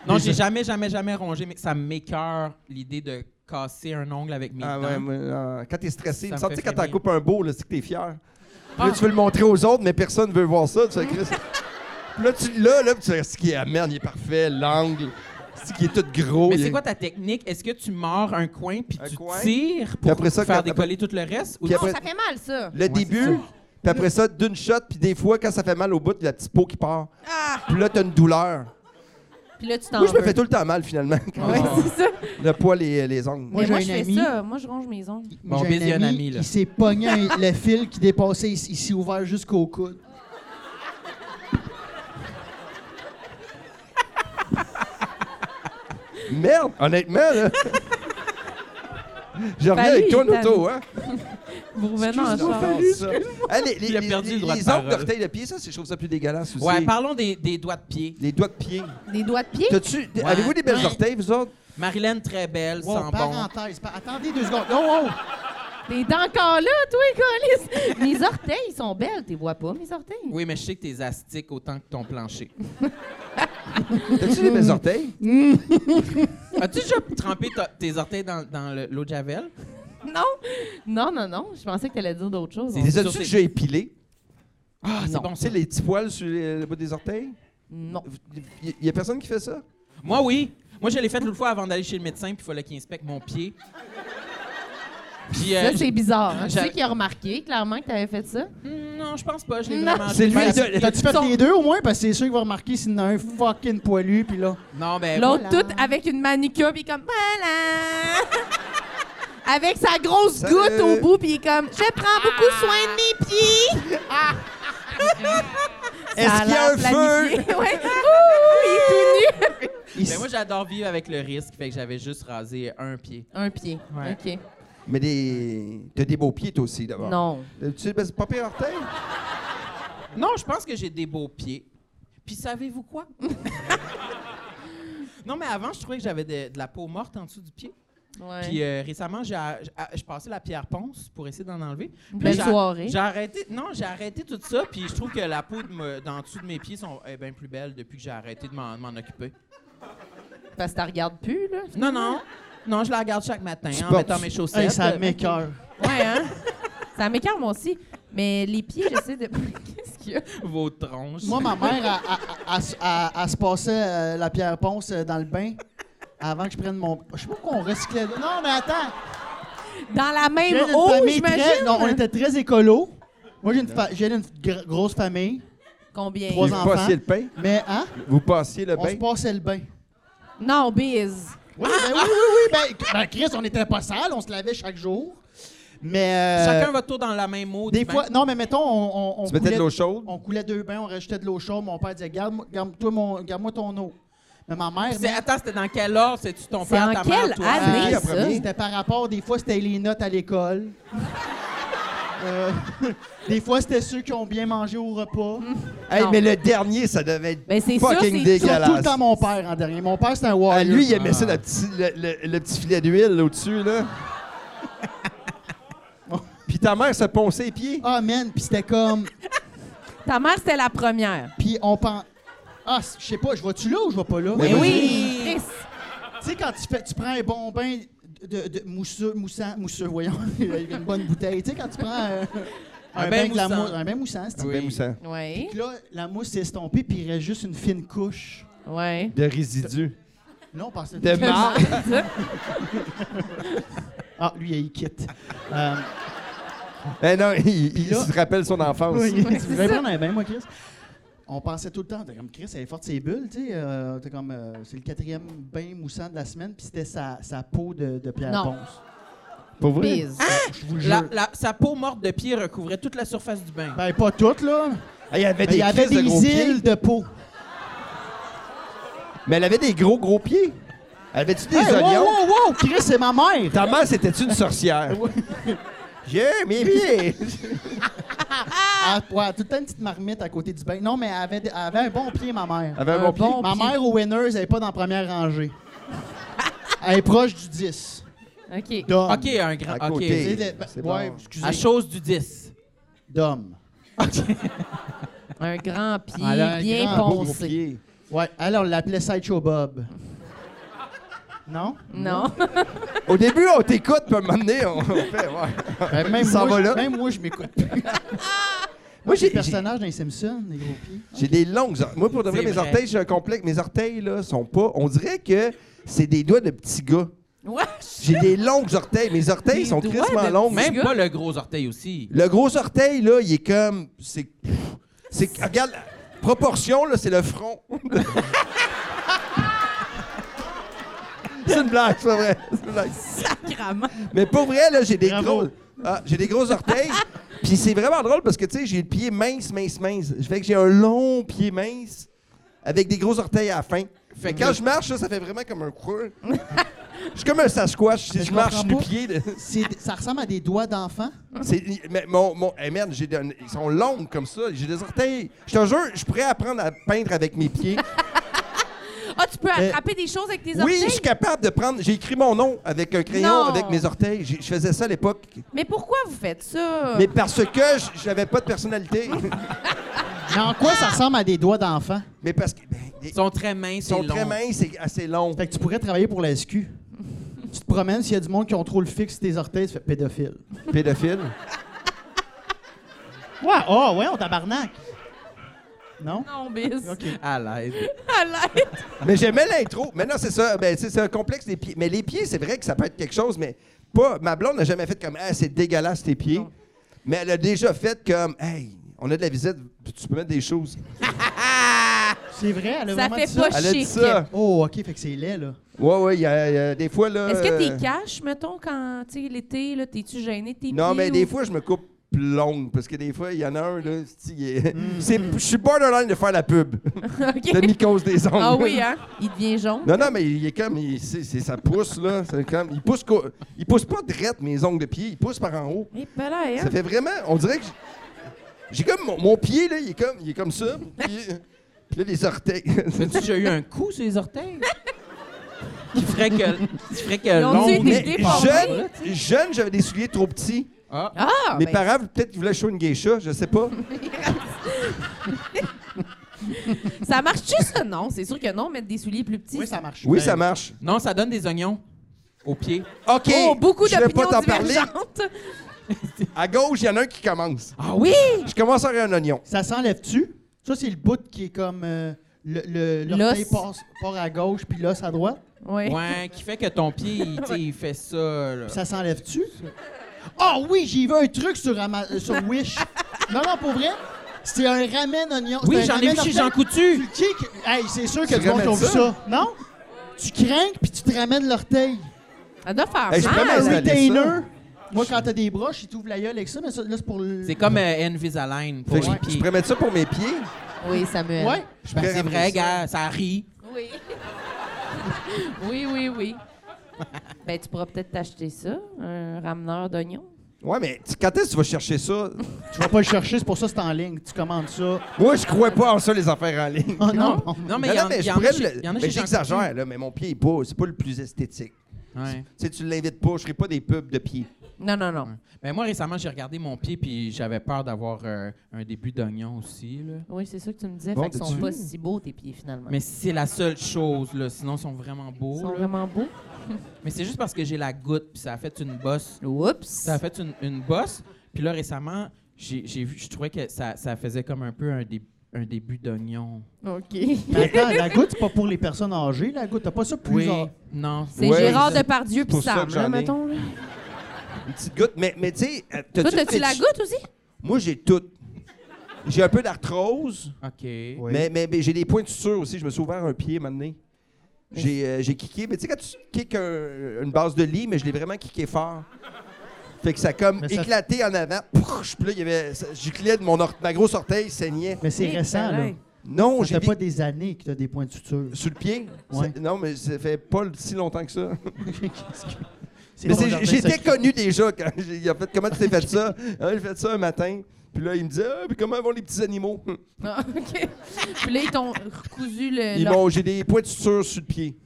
Non, j'ai jamais, jamais, jamais rongé, mais ça m'écœure l'idée de casser un ongle avec mes Ah, dents. ouais, moi, euh, quand t'es stressé, Ça il me me semble, fait tu sais, quand frémir. t'en coupes un beau, là, c'est que t'es fier. Puis Là, Ah. tu veux le montrer aux autres, mais personne veut voir ça. Tu sais, Chris. Puis là, tu l'as, là, puis tu fais, ce qui est merde, il est parfait, l'angle, ce qui est tout gros. Mais il c'est est- quoi ta technique? Est-ce que tu mords un coin puis Un tu coin. tires Puis pour après ça, faire quand- décoller tout le reste? Ou Puis non? après- Ça fait mal, ça. Le début, puis après ça, d'une shot, puis des fois, quand ça fait mal au bout, la petite peau qui part. Puis là, t'as une douleur. Puis là, tu t'en Moi, je me veux. fais tout le temps mal, finalement. Ouais, c'est ça. Le poil et les ongles. Moi, Mais j'ai moi, un je fais ami. ça. Moi, je ronge mes ongles. Bon, J'ai Biz, il y a un ami, là. Il s'est pogné un- le fil qui dépassait, il, s- il s'est ouvert jusqu'au coude. Merde, honnêtement, là. Je reviens Fallu, avec toi, il est Noto, hein? Vous revenez en Excuse-moi, charge. Fallu, excuse-moi. Ah, les, les, Il a perdu les- le droit de les ongles parole. d'orteil de pied, ça, c'est- je trouve ça plus dégueulasse aussi. Ouais, parlons des, des doigts de pied. Les doigts de pied. Des doigts de pied? T'as-tu. Ouais. Avez-vous des belles Ouais. orteils, vous autres? Marilyn, très belle, Wow, sans bon. parenthèse. pa- attendez deux secondes. Oh, oh! T'es encore là, toi, Colis. mes orteils sont belles. T'es vois pas, mes orteils? Oui, mais je sais que tes astiques autant que ton plancher. T'as-tu des belles orteils? As-tu déjà trempé ta- tes orteils dans, dans le- l'eau de Javel? Non. Non, non, non. Je pensais que t'allais dire d'autres choses. C'est- Les sur as-tu tes- déjà épilés? Ah, c'est Non. bon, Tu sais, ça. les petits poils sur les- le bout des orteils? Non. Il y a personne qui fait ça? Moi, oui. Moi, je l'ai fait l'autre fois avant d'aller chez le médecin, puis il fallait qu'il inspecte mon pied. Puis, euh, Ça, c'est bizarre. hein. Je j'a- sais qu'il a remarqué, clairement, que t'avais fait ça. hmm, non, je pense pas. Je l'ai Non. vraiment... C'est je l'ai Ben, lui, fait- il a- T'as-tu fait Son- les deux au moins? Parce que c'est sûr qu'il va remarquer s'il y en a un fucking poilu, puis là. Non, ben... L'autre, Voilà. toute avec une manucure, puis comme voilà. avec sa grosse Ça, goutte euh, Ah. au bout, puis il est comme je prends beaucoup soin de mes pieds. Ça Est-ce a qu'il y a l'air un feu? planifié. ouais. Ouh, il est tout nu. il ben, s- moi, j'adore vivre avec le risque, fait que j'avais juste rasé un pied. Un pied. Ouais. OK. Mais des... t'as des beaux pieds, toi aussi, d'abord. Non. Euh, Tu sais, ben, c'est pas pire orteil. Non, je pense que j'ai des beaux pieds. Puis savez-vous quoi? non, mais avant, je trouvais que j'avais de, de la peau morte en dessous du pied. Puis euh, récemment, j'ai a- j'ai a- je passais la pierre ponce pour essayer d'en enlever. Puis Belle j'ai- soirée. J'ai arrêté. Non, j'ai arrêté tout ça. Puis je trouve que la peau de me- d'en dessous de mes pieds sont, est bien plus belle depuis que j'ai arrêté de m'en de m'en occuper. Parce que t'en regardes plus, là. Non, non. Non, je la regarde chaque matin Tu en portes- mettant mes chaussettes. euh, Hey, ça m'écœure. Ouais, hein? Ça m'écarte, moi aussi. Mais les pieds, j'essaie de. Qu'est-ce qu'il y a? euh, Vos tronches. Moi, ma mère, elle- elle- elle- elle- elle se passait euh, la pierre ponce euh, dans le bain avant que je prenne mon. Je sais pas pourquoi on recyclait. Non, mais attends! Dans la Je viens même d'une oh, eau, famille très- j'imagine. non, on était très écolo. Moi, j'ai une, fa- j'ai une gr- grosse famille, Combien? Trois vous enfants. passiez le pain. mais hein, Vous passiez le on se bain. passait le bain. Non, bise. Oui, Ah! ben oui, oui, oui. Ben, ben, Chris, on n'était pas sale, on se lavait chaque jour. Mais. euh, Chacun va tour dans la même eau. Des du bain. fois, non, mais mettons, on, on, on Tu mettais de coulait- l'eau chaude? On coulait deux bains, on rajoutait de l'eau chaude. Mon père disait, garde-moi garde -toi mon- garde-moi ton eau. Mais ma mère, C'est- Attends, c'était dans quel ordre? C'est-tu ton C'est père, en ta quelle mère, toi? année? Qui Ah, en ça. premier? C'était par rapport, des fois, c'était les notes à l'école. Euh, des fois, c'était ceux qui ont bien mangé au repas. Hey, Non. mais le dernier, ça devait être Ben, c'est sûr, fucking c'est- Surtout le dégueulasse. temps, mon père en dernier. Mon père, c'était un Ah, warrior. lui, il aimait ça, le petit, le, le- le petit filet d'huile au-dessus, là. Puis ta mère se ponçait les pieds. Ah, man, puis c'était comme. Ta mère, c'était la première. Puis on pense. Ah, je sais pas, je vois-tu là ou je vois pas là? Mais Mais vas-y. oui! Chris. Tu sais, quand tu, fais, tu prends un bon bain de, de mousseux, moussant, mousseux, voyons, avec une bonne bouteille. Tu sais, quand tu prends euh, Un un, bain bain avec la moussant. mousse, un bain moussant, c'est Ben, Moussan, Oui. Là, la mousse s'est estompée, puis il reste juste une fine couche. Oui. De résidus. Non, parce que... De marde. Ah, lui, il quitte. Euh, Eh non, il, il là- se rappelle son enfance. oui, c'est tu voulais ça. prendre un bain, moi, Chris? On pensait tout le temps, on était comme Chris, elle est forte ses bulles, tu sais. euh, t'es comme, euh, c'est le quatrième bain moussant de la semaine, puis c'était sa, sa peau de, de Pierre Non. Ponce. Pour vrai? Bise. Je vous jure. La- la- sa peau morte de pied recouvrait toute la surface du bain. Ben, pas toutes, là. Ah, il y avait Mais il y avait crises de des gros pieds. îles de peau. Mais elle avait des gros, gros pieds. Elle avait-tu des Hey, oignons? Wow, wow, wow, Chris, c'est ma mère. Ta mère, c'était-tu une sorcière? J'ai mes pieds! Ah, ouais, tout le temps une petite marmite à côté du bain. Non, mais elle avait, elle avait un bon pied, ma mère. Elle avait un Un bon pied. bon- Ma pied. mère au Winners, elle n'est pas dans la première rangée. elle est proche du 10. OK. Dom. OK, un grand. À OK. Tu côté. sais, le- C'est ouais, bon. excusez. À chose du 10. Dom. Un grand pied Elle a un bien grand, Gros poncé. pieds. Ouais, alors on l'appelait Sideshow Bob. Non? Non. Au début, on t'écoute, puis à un moment donné, on on fait... ouais. Ben, même, Ça va moi, je- là. même moi, je m'écoute plus. Moi, Des j'ai... j'ai- personnages dans les Simpsons, les gros pieds. J'ai des longues. or- Moi, pour de vrai, C'est mes vrai. orteils, j'ai un complexe. Mes orteils, là, sont pas. On dirait que c'est des doigts de petits gars. Wesh! J'ai des longues orteils. Mes orteils Des sont doigts crissement de longs. petits- Même pas le gros orteil aussi. Le gros orteil, là, il est comme. C'est. c'est- Regarde, la proportion, là, c'est le front. c'est une blague, c'est pas vrai. C'est une blague. Sacrament. Mais pour vrai, là, j'ai des Bravo. gros. Ah, j'ai des gros orteils. Puis c'est vraiment drôle parce que, tu sais, j'ai le pied mince, mince, mince. Je fais que j'ai un long pied mince avec des gros orteils à la fin. Fait que quand je marche, ça, ça fait vraiment comme un creux. Je suis comme un Sasquatch. Si Mais je je marche comprends du pas. pied. de- C'est- Ça ressemble à des doigts d'enfant. C'est, mais mon, mon, hey man, j'ai des- ils sont longs comme ça. J'ai des orteils. Je te jure, je pourrais apprendre à peindre avec mes pieds. Ah, tu peux attraper des choses avec tes oui, orteils? je suis capable de prendre. J'ai écrit mon nom avec un crayon, Non. Euh. avec mes orteils. J'ai- Je faisais ça à l'époque. Mais pourquoi vous faites ça? Mais parce que j- j'avais pas de personnalité. Mais en quoi ça ressemble à des doigts d'enfant? mais parce que ben, ils Ils sont très minces sont et très longs. minces et assez longs. Fait que tu pourrais travailler pour la SQ. tu te promènes, s'il y a du monde qui ont trop le fixe, tes orteils, tu fais pédophile. Pédophile. Ouais, oh, ouais, on tabarnak. Non? Non, bis. À l'aise. À l'aide. mais j'aimais l'intro. Mais non, c'est ça. Ben, tu sais, c'est un complexe des pieds. Mais les pieds, c'est vrai que ça peut être quelque chose, mais pas. Ma blonde n'a jamais fait comme Ah, c'est dégueulasse tes pieds. Mais elle a déjà fait comme Hey, on a de la visite, tu peux mettre des choses. C'est vrai, elle a Ça vraiment fait dit pas ça. Elle a dit chic. ça. Oh, OK, fait que c'est laid, là. Ouais, ouais, il y a, il y a des fois, là. Est-ce que euh, t'es cash, mettons, quand, tu sais, l'été, là, t'es-tu gêné de tes Non, pieds mais ou- des fois, je me coupe plus longue. Parce que des fois, il y en a un, là, c'est- il est- c'est- je suis borderline de faire la pub. OK. de mycose des ongles. Ah oui, hein? Il devient jaune. Non, non, mais il est comme, il, c'est, c'est- ça pousse, là. C'est comme, il, pousse co- il pousse pas direct mes ongles de pied, il pousse par en haut. Et pas là, hein? Ça fait vraiment, on dirait que j'- j'ai comme, mon, mon pied, là, il est comme, il est comme ça. Puis, puis là, les orteils. As-tu déjà eu un coup sur les orteils? qui ferait que, qui ferait que Ils ont-tu l'ongle... des mais déformés? jeune, jeune, j'avais des souliers trop petits. Ah! Mes ben, parents, peut-être qu'ils voulaient chaud une geisha, je sais pas. Ça marche-tu, ça? Non, c'est sûr que non, mettre des souliers plus petits. Oui, ça marche. Oui, Ben, ça marche. Non, ça donne des oignons aux pieds. OK. Oh, beaucoup je vais pas d'opinions t'en parler. divergentes. À gauche, il y en a un qui commence. Ah oui? Je commence à un oignon. Ça s'enlève-tu? Ça, c'est le bout qui est comme. euh, le, le, l'orteil L'os. passe, part à gauche, puis l'os à droite. Oui. Ouais, qui fait que ton pied, il, tu sais, il fait ça, là. Puis ça s'enlève-tu? Ah oui, j'ai vu un truc sur, Ama- euh, sur Wish. non, non, pour vrai, c'est un ramen oignon. Oui, c'est un j'en ai ramen vu chez orteil. Jean Coutu. Tu le kicks. Hey, c'est sûr que Tu du monde qui ont vu ramènes ça. Non? Tu crains puis tu te ramènes l'orteil. Ça doit faire Hey, je mal. prends ma Un installer retainer. ça. Moi, quand t'as des broches, ils t'ouvrent la gueule avec ça, mais ça, là, c'est pour le. C'est comme euh, Invisalign pour Fait que les je, je pieds. pourrais mettre ça pour mes pieds. Oui, Samuel. Ouais. Je Ben, pourrais c'est ramener vrai, ça. gars, ça rit. Oui. oui, oui, oui. Ben, tu pourras peut-être t'acheter ça, un rameneur d'oignons. Ouais, mais tu- quand est-ce que tu vas chercher ça? Tu vas pas le chercher, c'est pour ça que c'est en ligne. Tu commandes ça. Moi, je crois pas en ça, les affaires en ligne. Oh non. Non, mais il Non, y, non, en- mais il je y en a pourrais chez- le- il y en a mais chez Jean j'exagère, là, mais mon pied est pas, c'est pas le plus esthétique. Coutu. Ouais. Tu sais, tu l'invites pas, je ferai pas des pubs de pied. Non, non, non. Mais Ben, moi, récemment, j'ai regardé mon pied, puis j'avais peur d'avoir euh, un début d'oignon aussi. Là. Oui, c'est ça que tu me disais. Bon, fait qu'ils sont t'as-tu pas vu? si beaux, tes pieds, finalement. Mais c'est la seule chose, là. sinon, ils sont vraiment Ils beaux. sont là. vraiment beaux. Mais c'est juste parce que j'ai la goutte, puis ça a fait une bosse. Oups. Ça a fait une, une bosse, puis là, récemment, j'ai j'ai vu, je trouvais que ça, ça faisait comme un peu un, dé- un début d'oignon. OK. Mais attends, la goutte, c'est pas pour les personnes âgées, la goutte. T'as pas ça plus âgé. Non. C'est Ouais, Gérard c'est- Depardieu puis pour ça Sam, que là, j'en ai. mettons. Là. Une petite goutte, mais, mais tu sais, euh, Toi, t'as-tu t'as-tu fait- la goutte aussi? Moi, j'ai tout. J'ai un peu d'arthrose, OK. Oui. mais, mais, mais j'ai des pointures aussi. Je me suis ouvert un pied maintenant. J'ai euh, j'ai kické, mais tu sais, quand tu kicks un- une base de lit, mais je l'ai vraiment kické fort. Fait que ça a comme Mais ça- éclaté en avant. Pouf, Puis là, il y avait. ça- J'uclais de mon or- ma grosse orteil saignait. Mais c'est Eh, récent, là. pareil. Non, Ça Oh, j'ai fait pas des années que t'as des points de suture. Sur le pied? Ouais. Ça- non, mais ça fait pas si longtemps que ça. C'est Mais ton c'est- jardin j'étais secret. connu déjà quand j'ai il a fait comment tu t'es fait ça? Hein, j'ai fait ça un matin. Puis là, il me dit Ah, puis comment vont les petits animaux? Ah, OK. Puis là, ils t'ont recousu le... Ils leur- m'ont j'ai des points de suture sur le pied.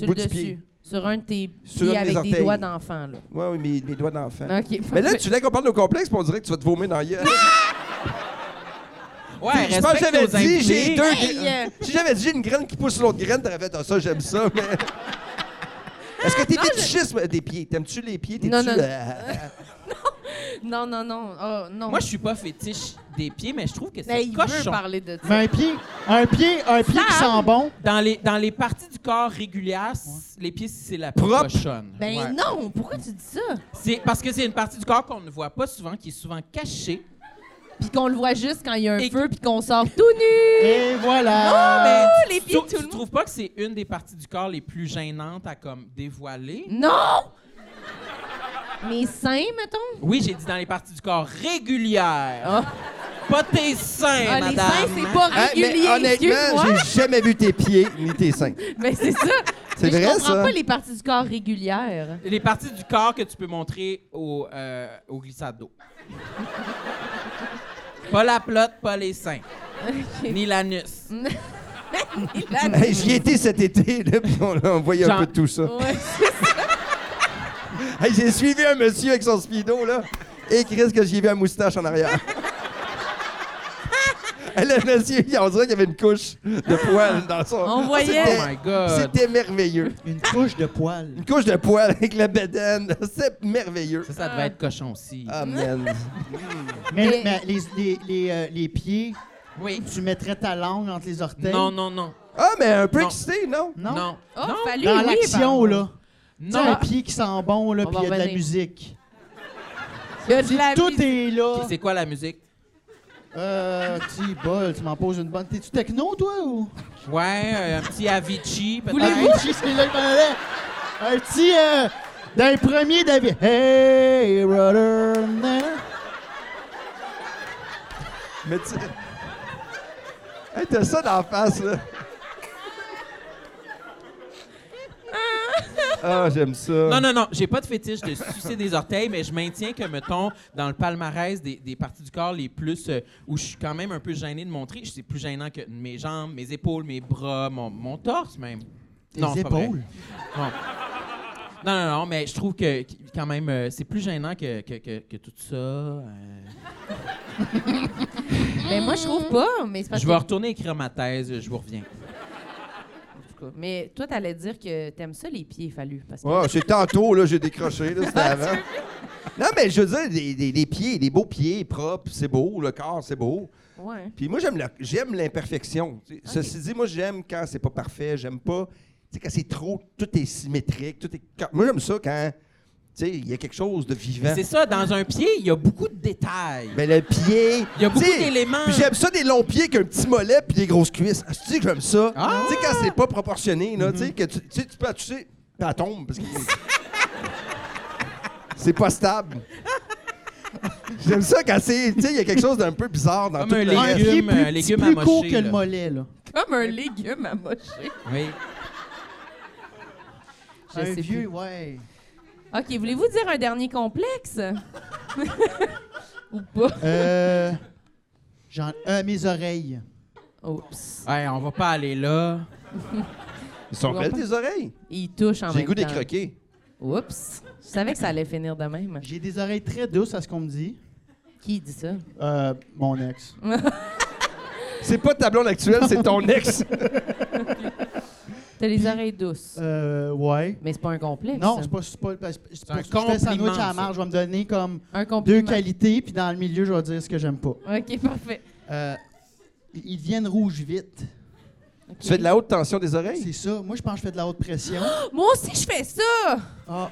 sur le le bout du pied. dessus. Sur un de tes Sur pieds un des avec des orteils. doigts d'enfant, là. Oui, oui, mes, mes doigts d'enfant. OK. Mais là, tu voulais qu'on parle de complexe, puis on dirait que tu vas te vomir dans la gueule. Ah, Ouais, Je pense que respecte j'avais nos dit, j'ai impliqués. deux. Hey, euh. Si j'avais dit une graine qui pousse sur l'autre graine, t'aurais fait Ah, ça, j'aime ça. Mais... Est-ce que t'es Non, fétichiste des pieds? T'aimes-tu les pieds? T'es-tu Non, non, euh, Non, non, non. Oh, non. Moi, je suis pas fétiche des pieds, mais je trouve que Mais c'est il veut cochon. parler de ça. Mais un pied, un pied, un pied qui Sam! sent bon. Dans les, dans les parties du corps régulières, c- les pieds, c'est la plus Propre. cochonne. Ben Ouais. non, pourquoi tu dis ça? C'est parce que c'est une partie du corps qu'on ne voit pas souvent, qui est souvent cachée. Puis qu'on le voit juste quand il y a un Et- feu, puis qu'on sort tout nu. Et Ah! voilà. Oh, les Tu pieds de trou- tout le tu monde. trouves pas que c'est une des parties du corps les plus gênantes à comme dévoiler? Non! Mes seins, mettons? Oui, j'ai dit dans les parties du corps régulières. Ah. Pas tes seins, Ah, les madame. seins, c'est pas Eh, Hein, régulier, honnêtement, excuse-moi. j'ai jamais vu tes pieds ni tes seins. Mais Ben, c'est ça. C'est Mais vrai, Je comprends ça. pas les parties du corps régulières. Les parties du corps que tu peux montrer au, euh, au glissade d'eau. pas la plotte, pas les seins. Ni l'anus. Oh Hey, J'y étais cet été, là, puis on, on voyait Genre- un peu de tout ça. Ouais. Hey, j'ai suivi un monsieur avec son speedo, là, et Chris que j'y vu à moustache en arrière. Hey, le monsieur, il- on dirait qu'il y avait une couche de poils dans son... On voyait. Oh C'était- my God. C'était merveilleux. Une couche de poils. Une couche de poils avec la bedaine, c'est merveilleux. Ah, Ça, ça devait être cochon aussi. Ah. Amen. Mais, mais les, les, les, euh, les pieds, Oui. tu mettrais ta langue entre les orteils. Non, non, non. Ah, mais un peu Non. excité, non? Non. Non. Oh, non. fallu, Dans oui, l'action, pardon. là. Tu sais, Non. un pied qui sent bon, là, On puis va il y a de la revenir. musique. Il y a de la Tout musique. est là. C'est quoi la musique? Euh, petit bol, tu m'en poses une bonne. T'es-tu techno, toi, ou? Ouais, euh, un petit Avicii, peut-être. Voulez-vous? Ah c'est là que t'en allais. Un petit, euh, d'un premier David. Hey, brother. na, na. Mais tu. Hey, t'as ça dans la face, là. Ah, j'aime ça. Non, non, non, j'ai pas de fétiche de sucer des orteils, mais je maintiens que, mettons, dans le palmarès des, des parties du corps les plus euh, où je suis quand même un peu gêné de montrer, c'est plus gênant que mes jambes, mes épaules, mes bras, mon, mon torse même. Tes non, c'est pas vrai. épaules? Non. Non, non, non, mais je trouve que qu- quand même, euh, c'est plus gênant que, que, que- que tout ça. euh. Mais moi, je trouve pas, mais c'est parce Je que. vais retourner écrire ma thèse, je vous reviens. en tout cas. Mais toi, t'allais dire que t'aimes ça, les pieds fallus. Parce que... Ouais, Ah, c'est tantôt, là, j'ai décroché, là, c'était avant. Non, mais je veux dire, des, des- des pieds, des beaux pieds propres, c'est beau, le corps, c'est beau. Ouais. Puis moi, j'aime la- j'aime l'imperfection. tu sais. Ceci dit, moi, j'aime quand c'est pas parfait, j'aime pas. Tu sais, quand c'est trop, tout est symétrique, tout est. quand- Moi, j'aime ça quand, tu sais, il y a quelque chose de Hein? vivant. C'est ça, dans un pied, il y a beaucoup de détails. Ben Mais le pied. Il y a tu sais, beaucoup d'éléments. puis J'aime ça des longs pieds qu'un petit mollet puis des grosses cuisses. Ah, tu sais que j'aime ça. Ah! Mm-hmm. Tu sais, quand c'est pas proportionné, là, tu sais, que tu, tu sais, tu peux tu sais, puis elle tombe parce que. c'est pas stable. J'aime ça quand c'est. Tu sais, il y a quelque chose d'un peu bizarre dans Comme tout un le Un reste. légume. pied euh, plus, petit, légumes plus amochés, court que là. le mollet, là. Comme un légume amoché. Oui. Je un sais vieux, plus. ouais. OK, voulez-vous dire un dernier complexe? Ou pas? Euh, genre, euh, mes oreilles. Oups. Ouais, on va pas aller là. Ils sont belles, tes oreilles. Il touche en J'ai le même goût des temps. croquer. Oups. Je savais que ça allait finir de même. J'ai des oreilles très douces à ce qu'on me dit. Qui dit ça? Euh, mon ex. C'est pas ta blonde actuelle, c'est ton ex. T'as les oreilles douces. Euh, ouais. Mais c'est pas un complexe. Non, c'est pas. C'est pas ben, c'est pour un ça que je fais sandwich à compliment, la marge, je vais me donner comme Un deux compliment. qualités, puis dans le milieu, je vais dire ce que j'aime pas. OK, parfait. Euh, ils deviennent rouges vite. tu fais de la haute tension des oreilles? C'est ça. Moi, je pense que je fais de la haute pression. Oh, Moi aussi, je fais ça! Ah,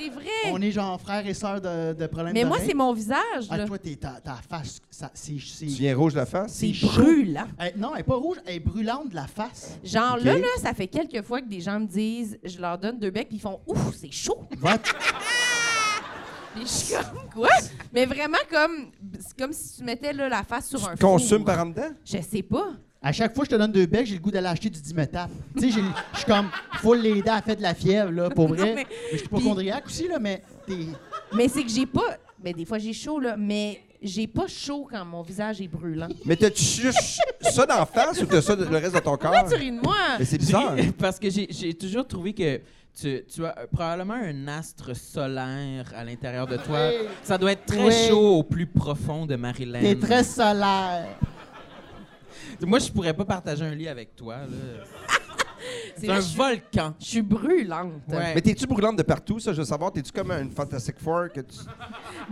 C'est vrai! on est genre frères et sœurs de, de problèmes Mais moi, d'oreilles. c'est mon visage, Ah, là. toi, t'es, ta, ta face, ça, c'est, c'est- Tu viens rouge la face? C'est c'est chaud. brûlant. Elle- non, elle est pas rouge, elle est brûlante de la face. Genre, OK. là, là, ça fait quelques fois que des gens me disent, je leur donne deux becs, puis ils font, ouf, c'est chaud. What? Puis je suis comme, quoi? Mais vraiment, comme, c'est comme si tu mettais là, la face sur un Tu consumes four. par en dedans? Je sais pas. À chaque fois que je te donne deux becs, j'ai le goût d'aller acheter du dimétap. tu sais, j'ai le- je suis comme, faut l'aider à faire de la fièvre, là, pour vrai. Non, mais- mais... je suis pas chondriaque aussi, là, mais t'es. Mais c'est que j'ai pas. Mais des fois, j'ai chaud, là. Mais j'ai pas chaud quand mon visage est brûlant. Mais t'as-tu juste ça d'en face ou t'as ça de- le reste de ton corps? Pourquoi tu ris de moi? Ah. Mais c'est bizarre. J'ai- Parce que j'ai j'ai toujours trouvé que tu, tu as euh, probablement un astre solaire à l'intérieur de toi. Oui. Ça doit être très Oui. chaud au plus profond de Marilyn. T'es très solaire. Moi, je pourrais pas partager un lit avec toi. là. C'est vrai, un je suis- volcan. Je suis brûlante. Ouais. Mais t'es-tu brûlante de partout, ça, je veux savoir? T'es-tu comme une Fantastic Four? Que tu...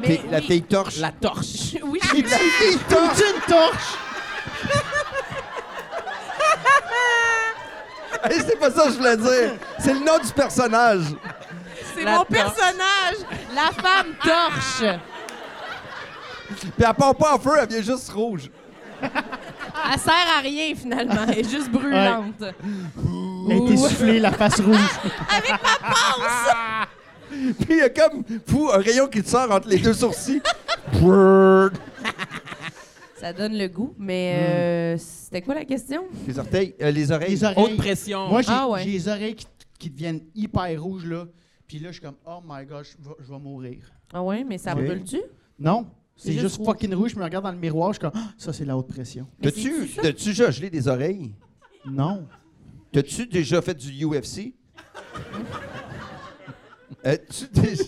Mais t'es- La oui, fille torche? La torche. oui, T'es je- une torche! Hey, c'est pas ça que je voulais dire! C'est le nom du personnage! c'est La mon torche. personnage, la femme torche. Puis elle part pas en feu, elle vient juste rouge. Elle sert à rien, finalement. Elle est juste brûlante. Elle Ouh. était soufflée, la face rouge. Puis il y a comme, fou, un rayon qui te sort entre les deux sourcils. Brrr. Ça donne le goût, Hmm. mais euh, c'était quoi la question? les orteils, euh, les oreilles. Les oreilles. Haute pression. Moi, j'ai Ah ouais. j'ai les oreilles qui, qui deviennent hyper rouges, là. Puis là, je suis comme, oh my god, je vais- je vais mourir. Ah ouais, mais ça Ok. brûle-tu? Non, C'est c'est juste juste, rouge. fucking rouge. Je me regarde dans le miroir, je suis comme, Ah, ça, c'est la haute pression. Mais c'est-tu T'as-tu ça? t'as-tu déjà gelé des oreilles? Non. T'as-tu déjà fait du UFC? As-tu déjà...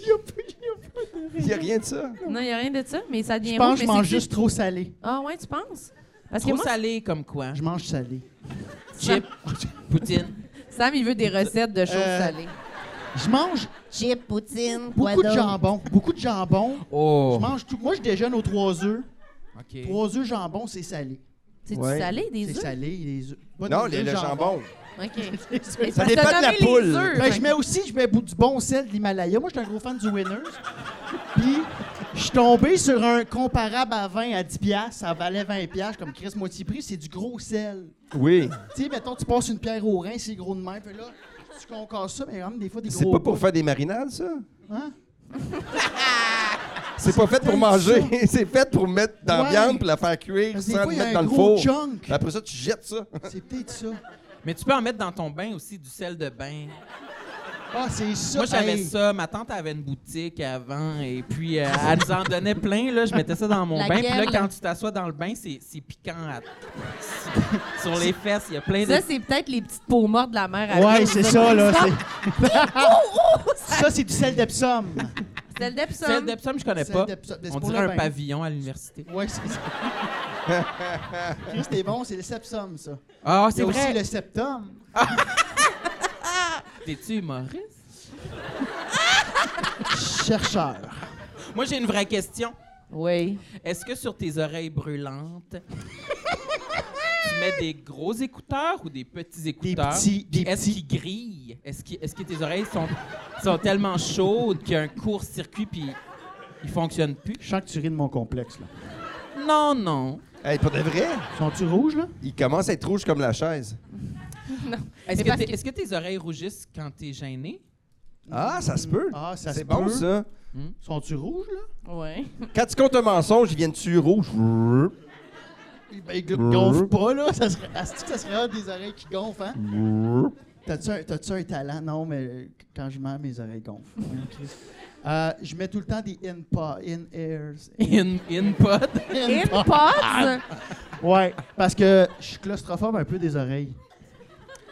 Il y a rien de ça. Non, il n'y a rien de ça, mais ça devient Je pense rouge, que je mais mange c'est- juste trop salé. Ah ouais, tu penses? Parce que Trop moi, salé comme quoi. Je mange salé. Chip, poutine. Sam, il veut des recettes de choses Euh, salées. Je mange Chip, poutine, quoi beaucoup de d'autre? jambon. Beaucoup de jambon. Je Oh. mange tout. Moi, je déjeune aux trois œufs. OK. Trois œufs jambon, c'est salé. C'est ouais. du salé, des C'est œufs? salé, les œufs. Pas Non, des les- œufs le jambon. OK. Les œufs. Ça dépend de la poule. Ben, je mets aussi je mets bou- du bon sel de l'Himalaya. Moi, je suis un gros fan du Winners. Puis, je suis tombé sur un comparable à 20 à 10 piastres. Ça valait 20 piastres. Comme Chris, moitié prix, c'est du gros sel. Oui. Tu sais, mettons, tu passes une pierre au rein, c'est gros de main. Puis là, tu concasses ça, mais quand même, des fois, des C'est gros. pas pour faire des marinades, ça? Hein? C'est pas fait pour manger, c'est fait pour mettre dans la Ouais. viande, puis la faire cuire Parce que des sans le fois, il y a mettre un dans le gros four. chunk. Puis Après ça, tu jettes ça. C'est peut-être ça. Mais tu peux en mettre dans ton bain aussi du sel de bain. Ah, c'est ça. Moi, j'avais Hey, ça. Ma tante avait une boutique avant et puis euh, elle nous en donnait plein. Là. Je mettais ça dans mon bain. Puis là, Laquelle? quand tu t'assois dans le bain, c'est c'est piquant. à- Sur les fesses, il y a plein de... Ça, c'est peut-être les petites peaux mortes de la mer. à Ouais, l'eau, c'est ça, là. Ça, c'est- Ça, c'est du sel d'Epsom. C'est le Depsom. Celle d'Epsom, je connais Celle pas. d'Epsom, mais c'est On pour dirait le un bain. pavillon à l'université. Ouais, c'est ça. Chris, t'es bon, c'est le septum, ça. Ah, Il y c'est a aussi vrai. le septum. T'es-tu humoriste? Chercheur. Moi, j'ai une vraie question. Oui. Est-ce que sur tes oreilles brûlantes, tu mets des gros écouteurs ou des petits écouteurs? petits, des Puis Est-ce petits. qu'ils grillent? Est-ce que, est-ce que tes oreilles sont, sont tellement chaudes qu'il y a un court-circuit puis ils fonctionnent plus? Je sens que tu ris de mon complexe, là. Non, non. Hey, pour de vrai, Sont-tu rouges, là? il commence à être rouge comme la chaise. Est-ce Mais que, parce t'es- que- est-ce que tes oreilles rougissent quand t'es gêné? Ah, ça se peut. Ah, ça se C'est bon, peut. ça. Sont-tu rouges, là? Ouais. Quand tu comptes un mensonge, ils viennent dessus rouge. Ben, ils gonflent pas, là. Ça serait... Est-ce que ça serait un des oreilles qui gonflent, hein? T'as-tu un, t'as-tu un talent? Non, mais euh, quand je mens, mes oreilles gonflent. Ouais, Chris. Euh, je mets tout le temps des in-pa, in-airs. In, in pod? In Ah! pods? Ouais, parce que je suis claustrophobe un peu des oreilles.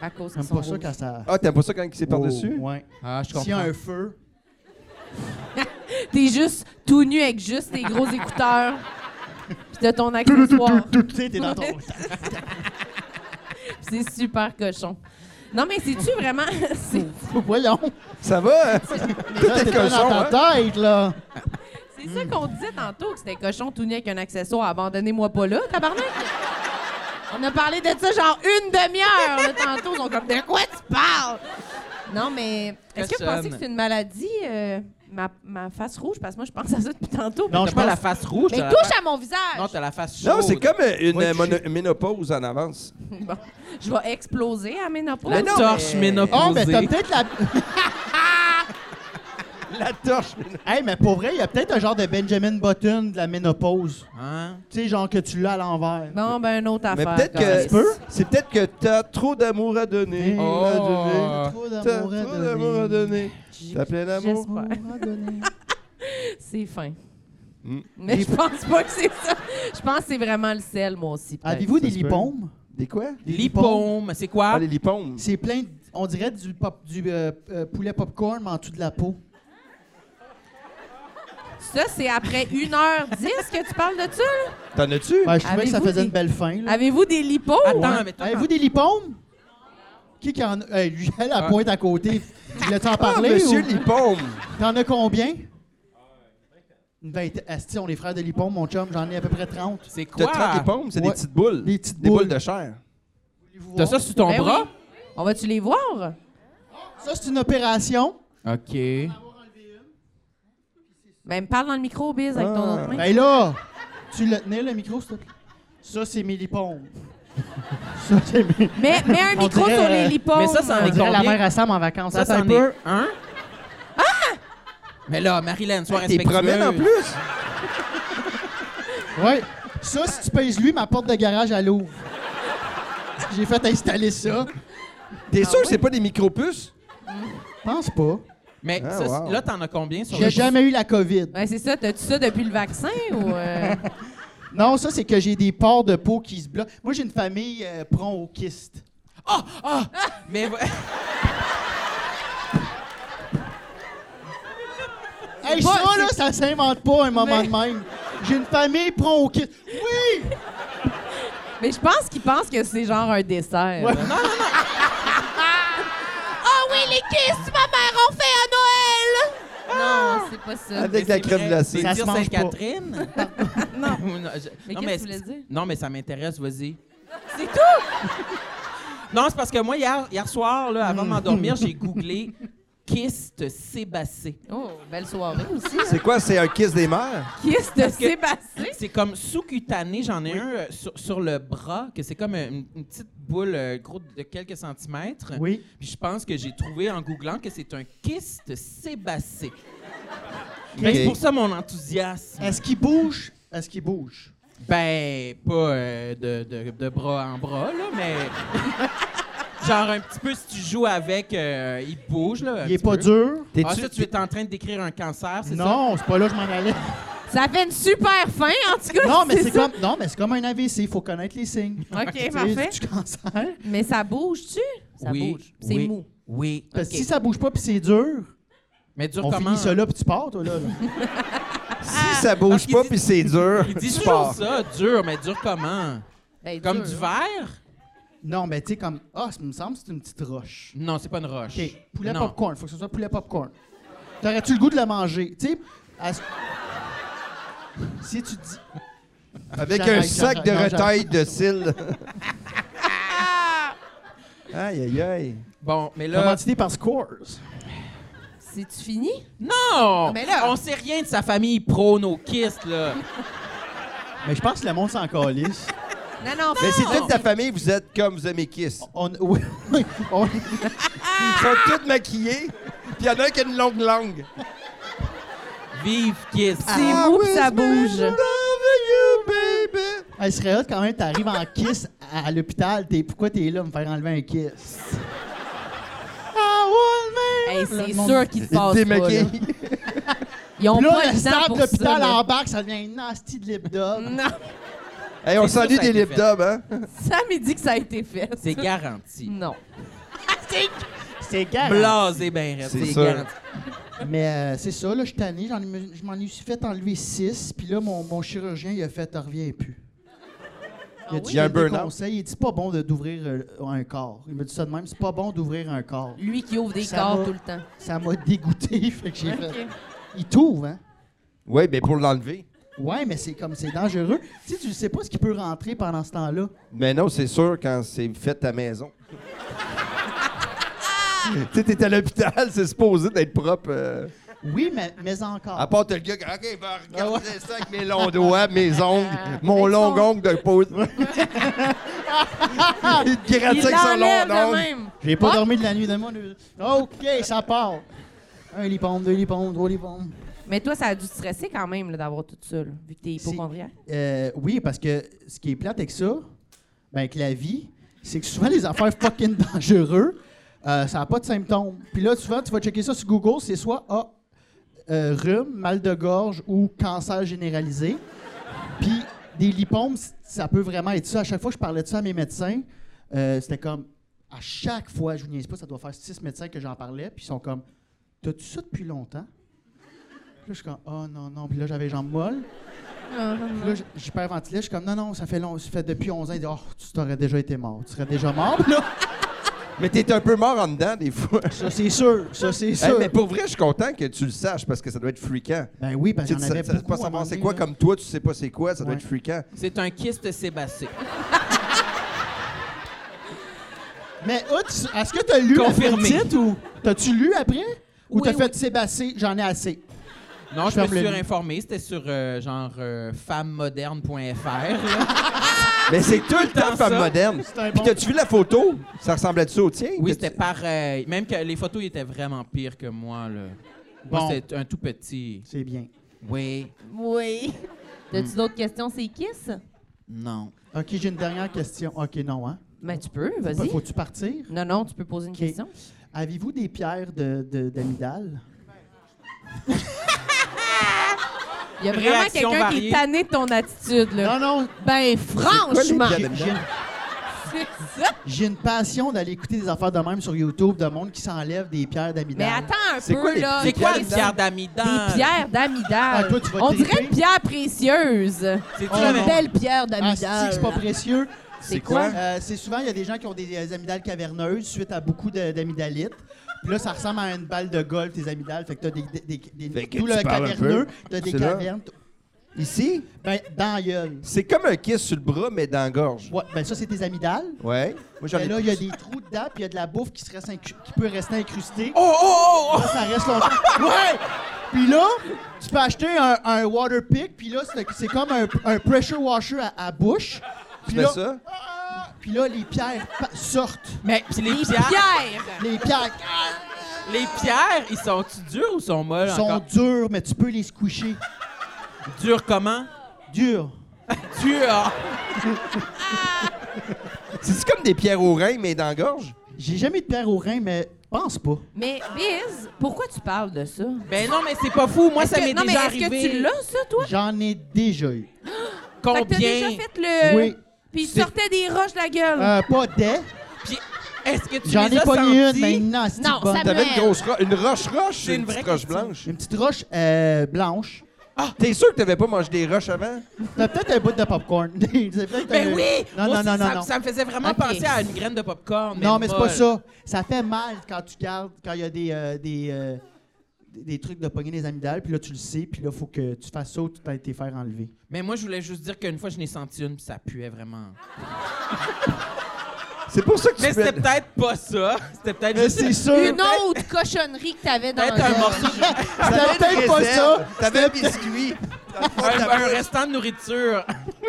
À cause qu'ils J'aime sont pas ça rouges. quand ça. Ah, t'aimes pas ça quand il s'est par-dessus? Oh, Ouais. Ah, je S'il y a un feu. T'es juste tout nu avec juste tes gros écouteurs. Puis t'as ton accessoire. Tu sais, t'es dans ton. Puis c'est super cochon. Non, mais c'est-tu vraiment. c'est- Voyons. Ça va? hein? Là, T'es pas cochon, dans ta tête, là. C'est ça qu'on disait tantôt, que c'était cochon tout nu avec un accessoire. Abandonnez-moi pas là, tabarnak! On a parlé de ça genre une demi-heure là, tantôt. Ils sont comme de quoi tu parles? Non, mais est-ce que vous pensez Cochonne. que c'est une maladie, euh, ma, ma face rouge? Parce que moi, je pense à ça depuis tantôt. Non, T'as je pas pense- la face rouge? mais t'as la touche face- à mon visage! Non, t'as la face chaude. Non, c'est comme euh, une Ouais, euh, tu- mono- ménopause en avance. Bon, je vais exploser à ménopause. La Mais non, torche mais- ménopausée. Oh, mais t'as peut-être la. La torche. Hey, mais pour vrai, il y a peut-être un genre de Benjamin Button de la ménopause. Hein? Tu sais, genre que tu l'as à l'envers. Bon, ben, une autre Mais affaire. peut-être Carlis. que. C'est peut-être que t'as trop d'amour à donner. Oh. À donner. Ah. Trop T'as d'amour à trop d'amour à donner. donner. T'as plein d'amour. J'espère. Amour à donner. C'est fin. Hmm. Mm. Mais je pense pas que c'est ça. Je pense que c'est vraiment le sel, moi aussi. peut-être. Avez-vous des Ça se peut. lipomes? Des quoi? Lipome, c'est quoi? Ah, les lipomes. C'est plein, de- on dirait du, pop, du euh, euh, poulet popcorn mais en dessous de la peau. Ça, c'est après 1h10 que tu parles de ça? là? T'en as-tu? Ben, je trouvais que ça Avez-vous faisait des- une belle fin. là. Avez-vous des lipos? Attends, mais t'as- Avez-vous des lipomes? Qui qui en a? Hey, lui, elle a pointe à côté. Voulais-tu en Ah, parler? monsieur Ah, ou- Lipome! T'en as combien? Une vingtaine. Asti, on est frères de lipomes, mon chum. J'en ai à peu près 30. c'est T'as quoi? 30 lipomes, c'est Ouais. des petites boules. Des petites Des boules boules. de chair. T'as ça sur ton Ben bras? oui. On va-tu les voir? Ça, c'est une opération. OK. Ben, me parle dans le micro, Biz, avec ton Ah. autre main. Ben là, tu le tenais, le micro, s'il te plaît? Ça, c'est mes lipomes. ça, c'est mes... Mets, mets un On micro dirait, sur euh, les lipos. mais ça, ça en On est- dirait la combien? mère à Sam en vacances. Ça, Attends c'en un peu. est un. Ah! Mais là, Marilyn, sois T'es respectueuse. promènes en plus? Ouais. Ça, si tu pèses lui, ma porte de garage, à l'ouvre. J'ai fait installer ça. T'es Ah sûr que c'est pas des micropuces? Pense pas. Mais Ah, ça, wow. là, t'en as combien sur J'ai le... jamais eu la COVID. Ben, c'est ça. T'as-tu ça depuis le vaccin ou. euh, Non, ça, c'est que j'ai des pores de peau qui se bloquent. Moi, j'ai une famille euh, bronchiste. Ah! Ah! Mais... vo- Hey, pas- ça, là, ça s'invente pas un moment Mais- de même. J'ai une famille bronchiste. Oui! Mais je pense qu'ils pensent que c'est genre un dessert. Ouais. Ah oui, les kisses, ma mère en fait à Noël! Non, c'est pas ça. Avec de la crème glacée. Ça Ça se se mange pas. Sainte-Catherine? non. je- Mais non, qu'est-ce que tu c'est- voulais dire? Non, mais ça m'intéresse, vas-y. C'est tout! Non, c'est parce que moi, hier, hier soir, là, avant de m'endormir, Hmm. j'ai googlé « kyste sébacée Oh, belle soirée aussi. C'est quoi? C'est un kiss des mères? Kiss de que- Sébastien. ». C'est comme sous-cutané, j'en ai un euh, sur, sur le bras, que c'est comme euh, une, une petite boule euh, gros de quelques centimètres. Oui. Puis je pense que j'ai trouvé en googlant que c'est un kyste sébacé. Ben, c'est pour ça mon enthousiasme. Est-ce qu'il bouge? Est-ce qu'il bouge? Ben, pas euh, de, de- de bras en bras, là, mais. Genre un petit peu, si tu joues avec, euh, il bouge, là. un Il est petit pas peu. dur? Ah, T'es-tu- ça, tu es en train de décrire un cancer, c'est ça? Non, c'est pas là que je m'en allais. Ça fait une super fin, en tout cas. Non, mais c'est ça. comme, non, mais c'est comme un AVC, il faut connaître les signes. Tu sais, OK, parfait. Du cancer. Mais ça bouge-tu? Ça Oui, bouge. C'est oui, mou. Oui. Parce que Ok. si ça bouge pas puis c'est dur, Mais dure on comment? hein. finit ça là puis tu pars, toi, là. Si ça Parce bouge Ah. qu'il pas dit- puis c'est dur, Il dit tu toujours pars. ça, dur, mais dur comment? Ben, Comme dur. du verre? non, mais tu sais, comme, ah, ça me semble que c'est une petite roche. Non, c'est pas une roche. OK, poulet non. popcorn, faut que ce soit poulet popcorn. T'aurais-tu le goût de le manger? Tu sais, à ce- si tu dis. Avec un J'arrête, sac de j'arrête, non, retaille de cils. aïe, aïe, aïe. Bon, mais là. Commandité par Scores. C'est-tu fini? Non! Ah, Mais là- On sait rien de sa famille pro-no-kist, là. Mais je pense que le monde s'en calisse. Non, non, Mais c'est non. toute ta famille, vous êtes comme vous aimez Kiss. On, oui, oui, on- Ils sont toutes maquillés, puis il y en a un qui a une longue langue. Vive Kiss! C'est mou, puis ça Always been bouge. in love with you, baby. elle serait hot quand même, t'arrives en kiss à, à l'hôpital. t'es- pourquoi t'es là, me faire enlever un kiss? Ah, Hey, Le c'est monde- sûr qu'ils te Il passent était pas, là. maquillé. Ils ont Puis pas là, le le temps stade pour de ça. l'hôpital là. en bac, ça devient une nasty de lip dub. Non, Hey, on C'est sûr, s'ennuie ça a des été lip dubs, hein? ça me dit que ça a été fait. C'est garanti. Non. C'est Mm. hein? gars. Blasé, ben raide, C'est c'est sûr. garanti. Mais euh, c'est ça, là, je suis tanné. j'en ai- Je m'en ai fait enlever 6. Puis là, mon, mon chirurgien, il a fait, t'en reviens plus. Ah Il a dit, oui? Il y a un je te burn-out. déconseille. Il dit, c'est pas bon de- d'ouvrir euh, un corps. Il m'a dit ça de même, c'est pas bon d'ouvrir un corps. Lui qui ouvre des Ça corps va. tout le temps. Ça m'a dégoûté. fait que j'ai fait- Il t'ouvre, hein? Oui, mais pour l'enlever. Ouais, mais c'est comme, c'est dangereux. Tu sais, tu sais pas ce qui peut rentrer pendant ce temps-là. Mais non, c'est sûr quand c'est fait à maison. tu sais, t'es à l'hôpital, c'est supposé d'être propre. euh, Oui, mais, mais encore. À part t'as le gars qui OK, va regarder ça avec mes longs doigts, mes ongles, mon long son- ongle de pouce. Il te Ah, gratte Il ça avec son l'enlève long de ongle. même. J'ai pas dormi de la nuit de moi. deux- OK, ça part. Un lipombe, deux lipomes, trois lipomes. Mais toi, ça a dû te stresser quand même là, d'avoir tout ça, là, vu que t'es hypochondriaque. Euh, oui, parce que ce qui est plate avec ça, ben, avec la vie, c'est que souvent les affaires fucking dangereux, euh, ça n'a pas de symptômes. Puis là, souvent, tu vas checker ça sur Google, c'est soit ah, euh, rhume, mal de gorge ou cancer généralisé. Puis des lipomes, c- ça peut vraiment être ça. À chaque fois que je parlais de ça à mes médecins, euh, c'était comme à chaque fois, je vous niaise pas, ça doit faire six médecins que j'en parlais, puis ils sont comme T'as-tu ça depuis longtemps? Puis là, je suis comme Oh non, non, puis là, j'avais les jambes molles. Ah, Puis Là, j- j'hyperventilais, je suis comme non, non, ça fait long, ça fait depuis 11 ans. Il dit, oh, tu t'aurais déjà été mort, tu serais déjà mort. Puis là, Mais t'es un peu mort en dedans, des fois. ça c'est sûr, ça c'est Hey, sûr. mais pour vrai, je suis content que tu le saches parce que ça doit être fréquent. Ben oui, parce Tu que sais, j'en ça- avais ça- beaucoup. pas à un moment savoir c'est donné, quoi, là. comme toi, tu sais pas c'est quoi, ça doit Ouais. être fréquent. C'est un kyste sébacé. Mais oh, tu- est-ce que t'as lu Confirmé. le titre ou t'as-tu lu après ou Oui, t'as oui. fait Sébastien, j'en ai assez. Non, Je je me ferme le suis lit. informé. C'était sur euh, genre euh, femmemoderne.fr. là. Mais c'est tout le temps temps femme ça. moderne. C'est un Puis bon- t'as-tu vu la photo? Ça ressemblait-tu au tien? Oui, T'as-tu- c'était pareil. Même que les photos ils étaient vraiment pires que moi. Là. Bon. Moi, c'était un tout petit. C'est bien. Oui, Oui. T'as-tu d'autres questions, c'est Kiss? non. Ok, j'ai une dernière question. Ok, non, hein? Ben, tu peux, Faut- vas-y. Faut-tu partir? Non, non, tu peux poser une Ok. question. Avez-vous des pierres de, de- d'amidale? Il y a vraiment Réaction quelqu'un qui variée. est tanné de ton attitude, là. Non, non, Ben, franchement, pierres j'ai- j'ai- c'est ça. j'ai une passion d'aller écouter des affaires de même sur YouTube, de monde qui s'enlève des pierres Mais d'amidale. attends un C'est peu, quoi les- là. C'est quoi Chris, une pierre d'amidon? Des hein? pierres d'amidale. Ah, toi, tu vas On dirait triper. une pierre précieuse. C'est-tu Oh, la non. Une même- belle pierre Ah, c'est-tu d'amidale. que c'est pas précieux. C'est quoi? Euh, c'est souvent, il y a des gens qui ont des euh, amygdales caverneuses suite à beaucoup de- d'amygdalites. Puis là, ça ressemble à une balle de golf, tes amygdales. Fait que t'as des, des, des, Fait que tout tu le parles un caverneux, peu. t'as des C'est là. cavernes. t- Ici, Ben, dans la gueule. c'est comme un kiss sur le bras, mais dans la gorge. Ouais, ben ça, c'est tes amygdales. Ouais. Moi, j'en Ben ai là, il y a des trous dedans, puis il y a de la bouffe qui, se reste incu- qui peut rester incrustée. Oh, oh, oh! ça reste longtemps. ouais! Puis là, tu peux acheter un, un water pick, puis là, c'est c'est comme un, un pressure washer à, à bouche. Puis Tu fais là, ça? puis là, les pierres pa- sortent. Mais puis les Des pierres. pierres. Les pierres. Les pierres, ils sont-tu durs ou sont molles Ils sont Ah, encore? durs, mais tu peux les squisher. Durs comment? Ah! Durs. Durs! C'est-tu comme des pierres au rein, mais dans la gorge? J'ai jamais eu de pierre au rein, mais pense pas. Mais Biz, pourquoi tu parles de ça? Ben non, mais c'est pas fou. Moi, Est-ce ça que- m'est non, mais déjà est-ce arrivé. Oh, que tu l'as, ça, toi? J'en ai déjà eu. Fait que t'as déjà Combien? fait le... Oui. Puis il C'est- sortait des roches de la gueule. Euh, pas des. Puis, est-ce que tu J'en les ai as pas mis une, sentis? mais une nasty Non, bonne. ça me- T'avais Samuel. une grosse roche, une roche-roche, Ah, euh, C'est une une, petite vraie roche question. blanche. Une petite roche euh, blanche. T'es sûr que t'avais pas mangé des roches avant? T'as peut-être un bout de popcorn. C'est vrai que t'as Ben eu- oui! Non, Moi non, aussi, non, non, ça, non. ça me faisait vraiment Ok. penser à une graine de popcorn. Non, mais c'est pas molle. ça. Ça fait mal quand tu gardes, quand il y a des, euh, des, euh, des- des trucs de pogner les amygdales, puis là, tu le sais, puis là, faut que tu fasses ça ou tu t'as été faire enlever. Mais moi, je voulais juste dire qu'une fois, je n'ai senti une, puis ça puait vraiment. C'est pour ça que tu Mais c'était fais- peut-être pas ça. C'était peut-être Mais juste... c'est sûr. Une autre cochonnerie que t'avais dans Peut-être un le morceau, C'était peut-être pas Réserve. ça. T'avais un biscuit. Dans le fond, un, un t'avais- restant de nourriture.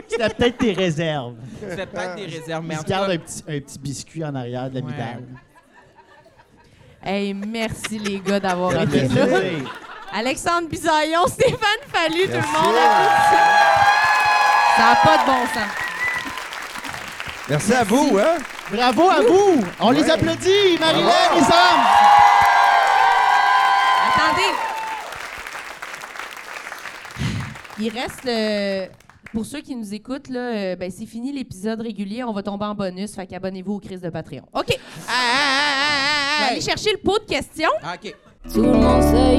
C'était peut-être tes réserves. C'était peut-être des réserves. Mais Mais en tu tout cas, gardes un petit, un petit biscuit en arrière de l'amygdale. Hey, merci les gars d'avoir Ça été fait là. plaisir. Alexandre Bisaillon, Stéphane Fallu, tout Merci. le monde. Ça n'a pas de bon sens. Merci à vous, hein? Bravo à vous! On les applaudit, Marilyn et Sam! Attendez. Il reste le- Pour ceux qui nous écoutent, là, euh, ben, c'est fini l'épisode régulier. On va tomber en bonus. Fait qu'abonnez-vous aux crises de Patreon. OK. Je vais aller chercher le pot de questions. Ah, OK. Tout le monde sait.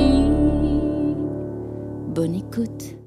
Bonne écoute.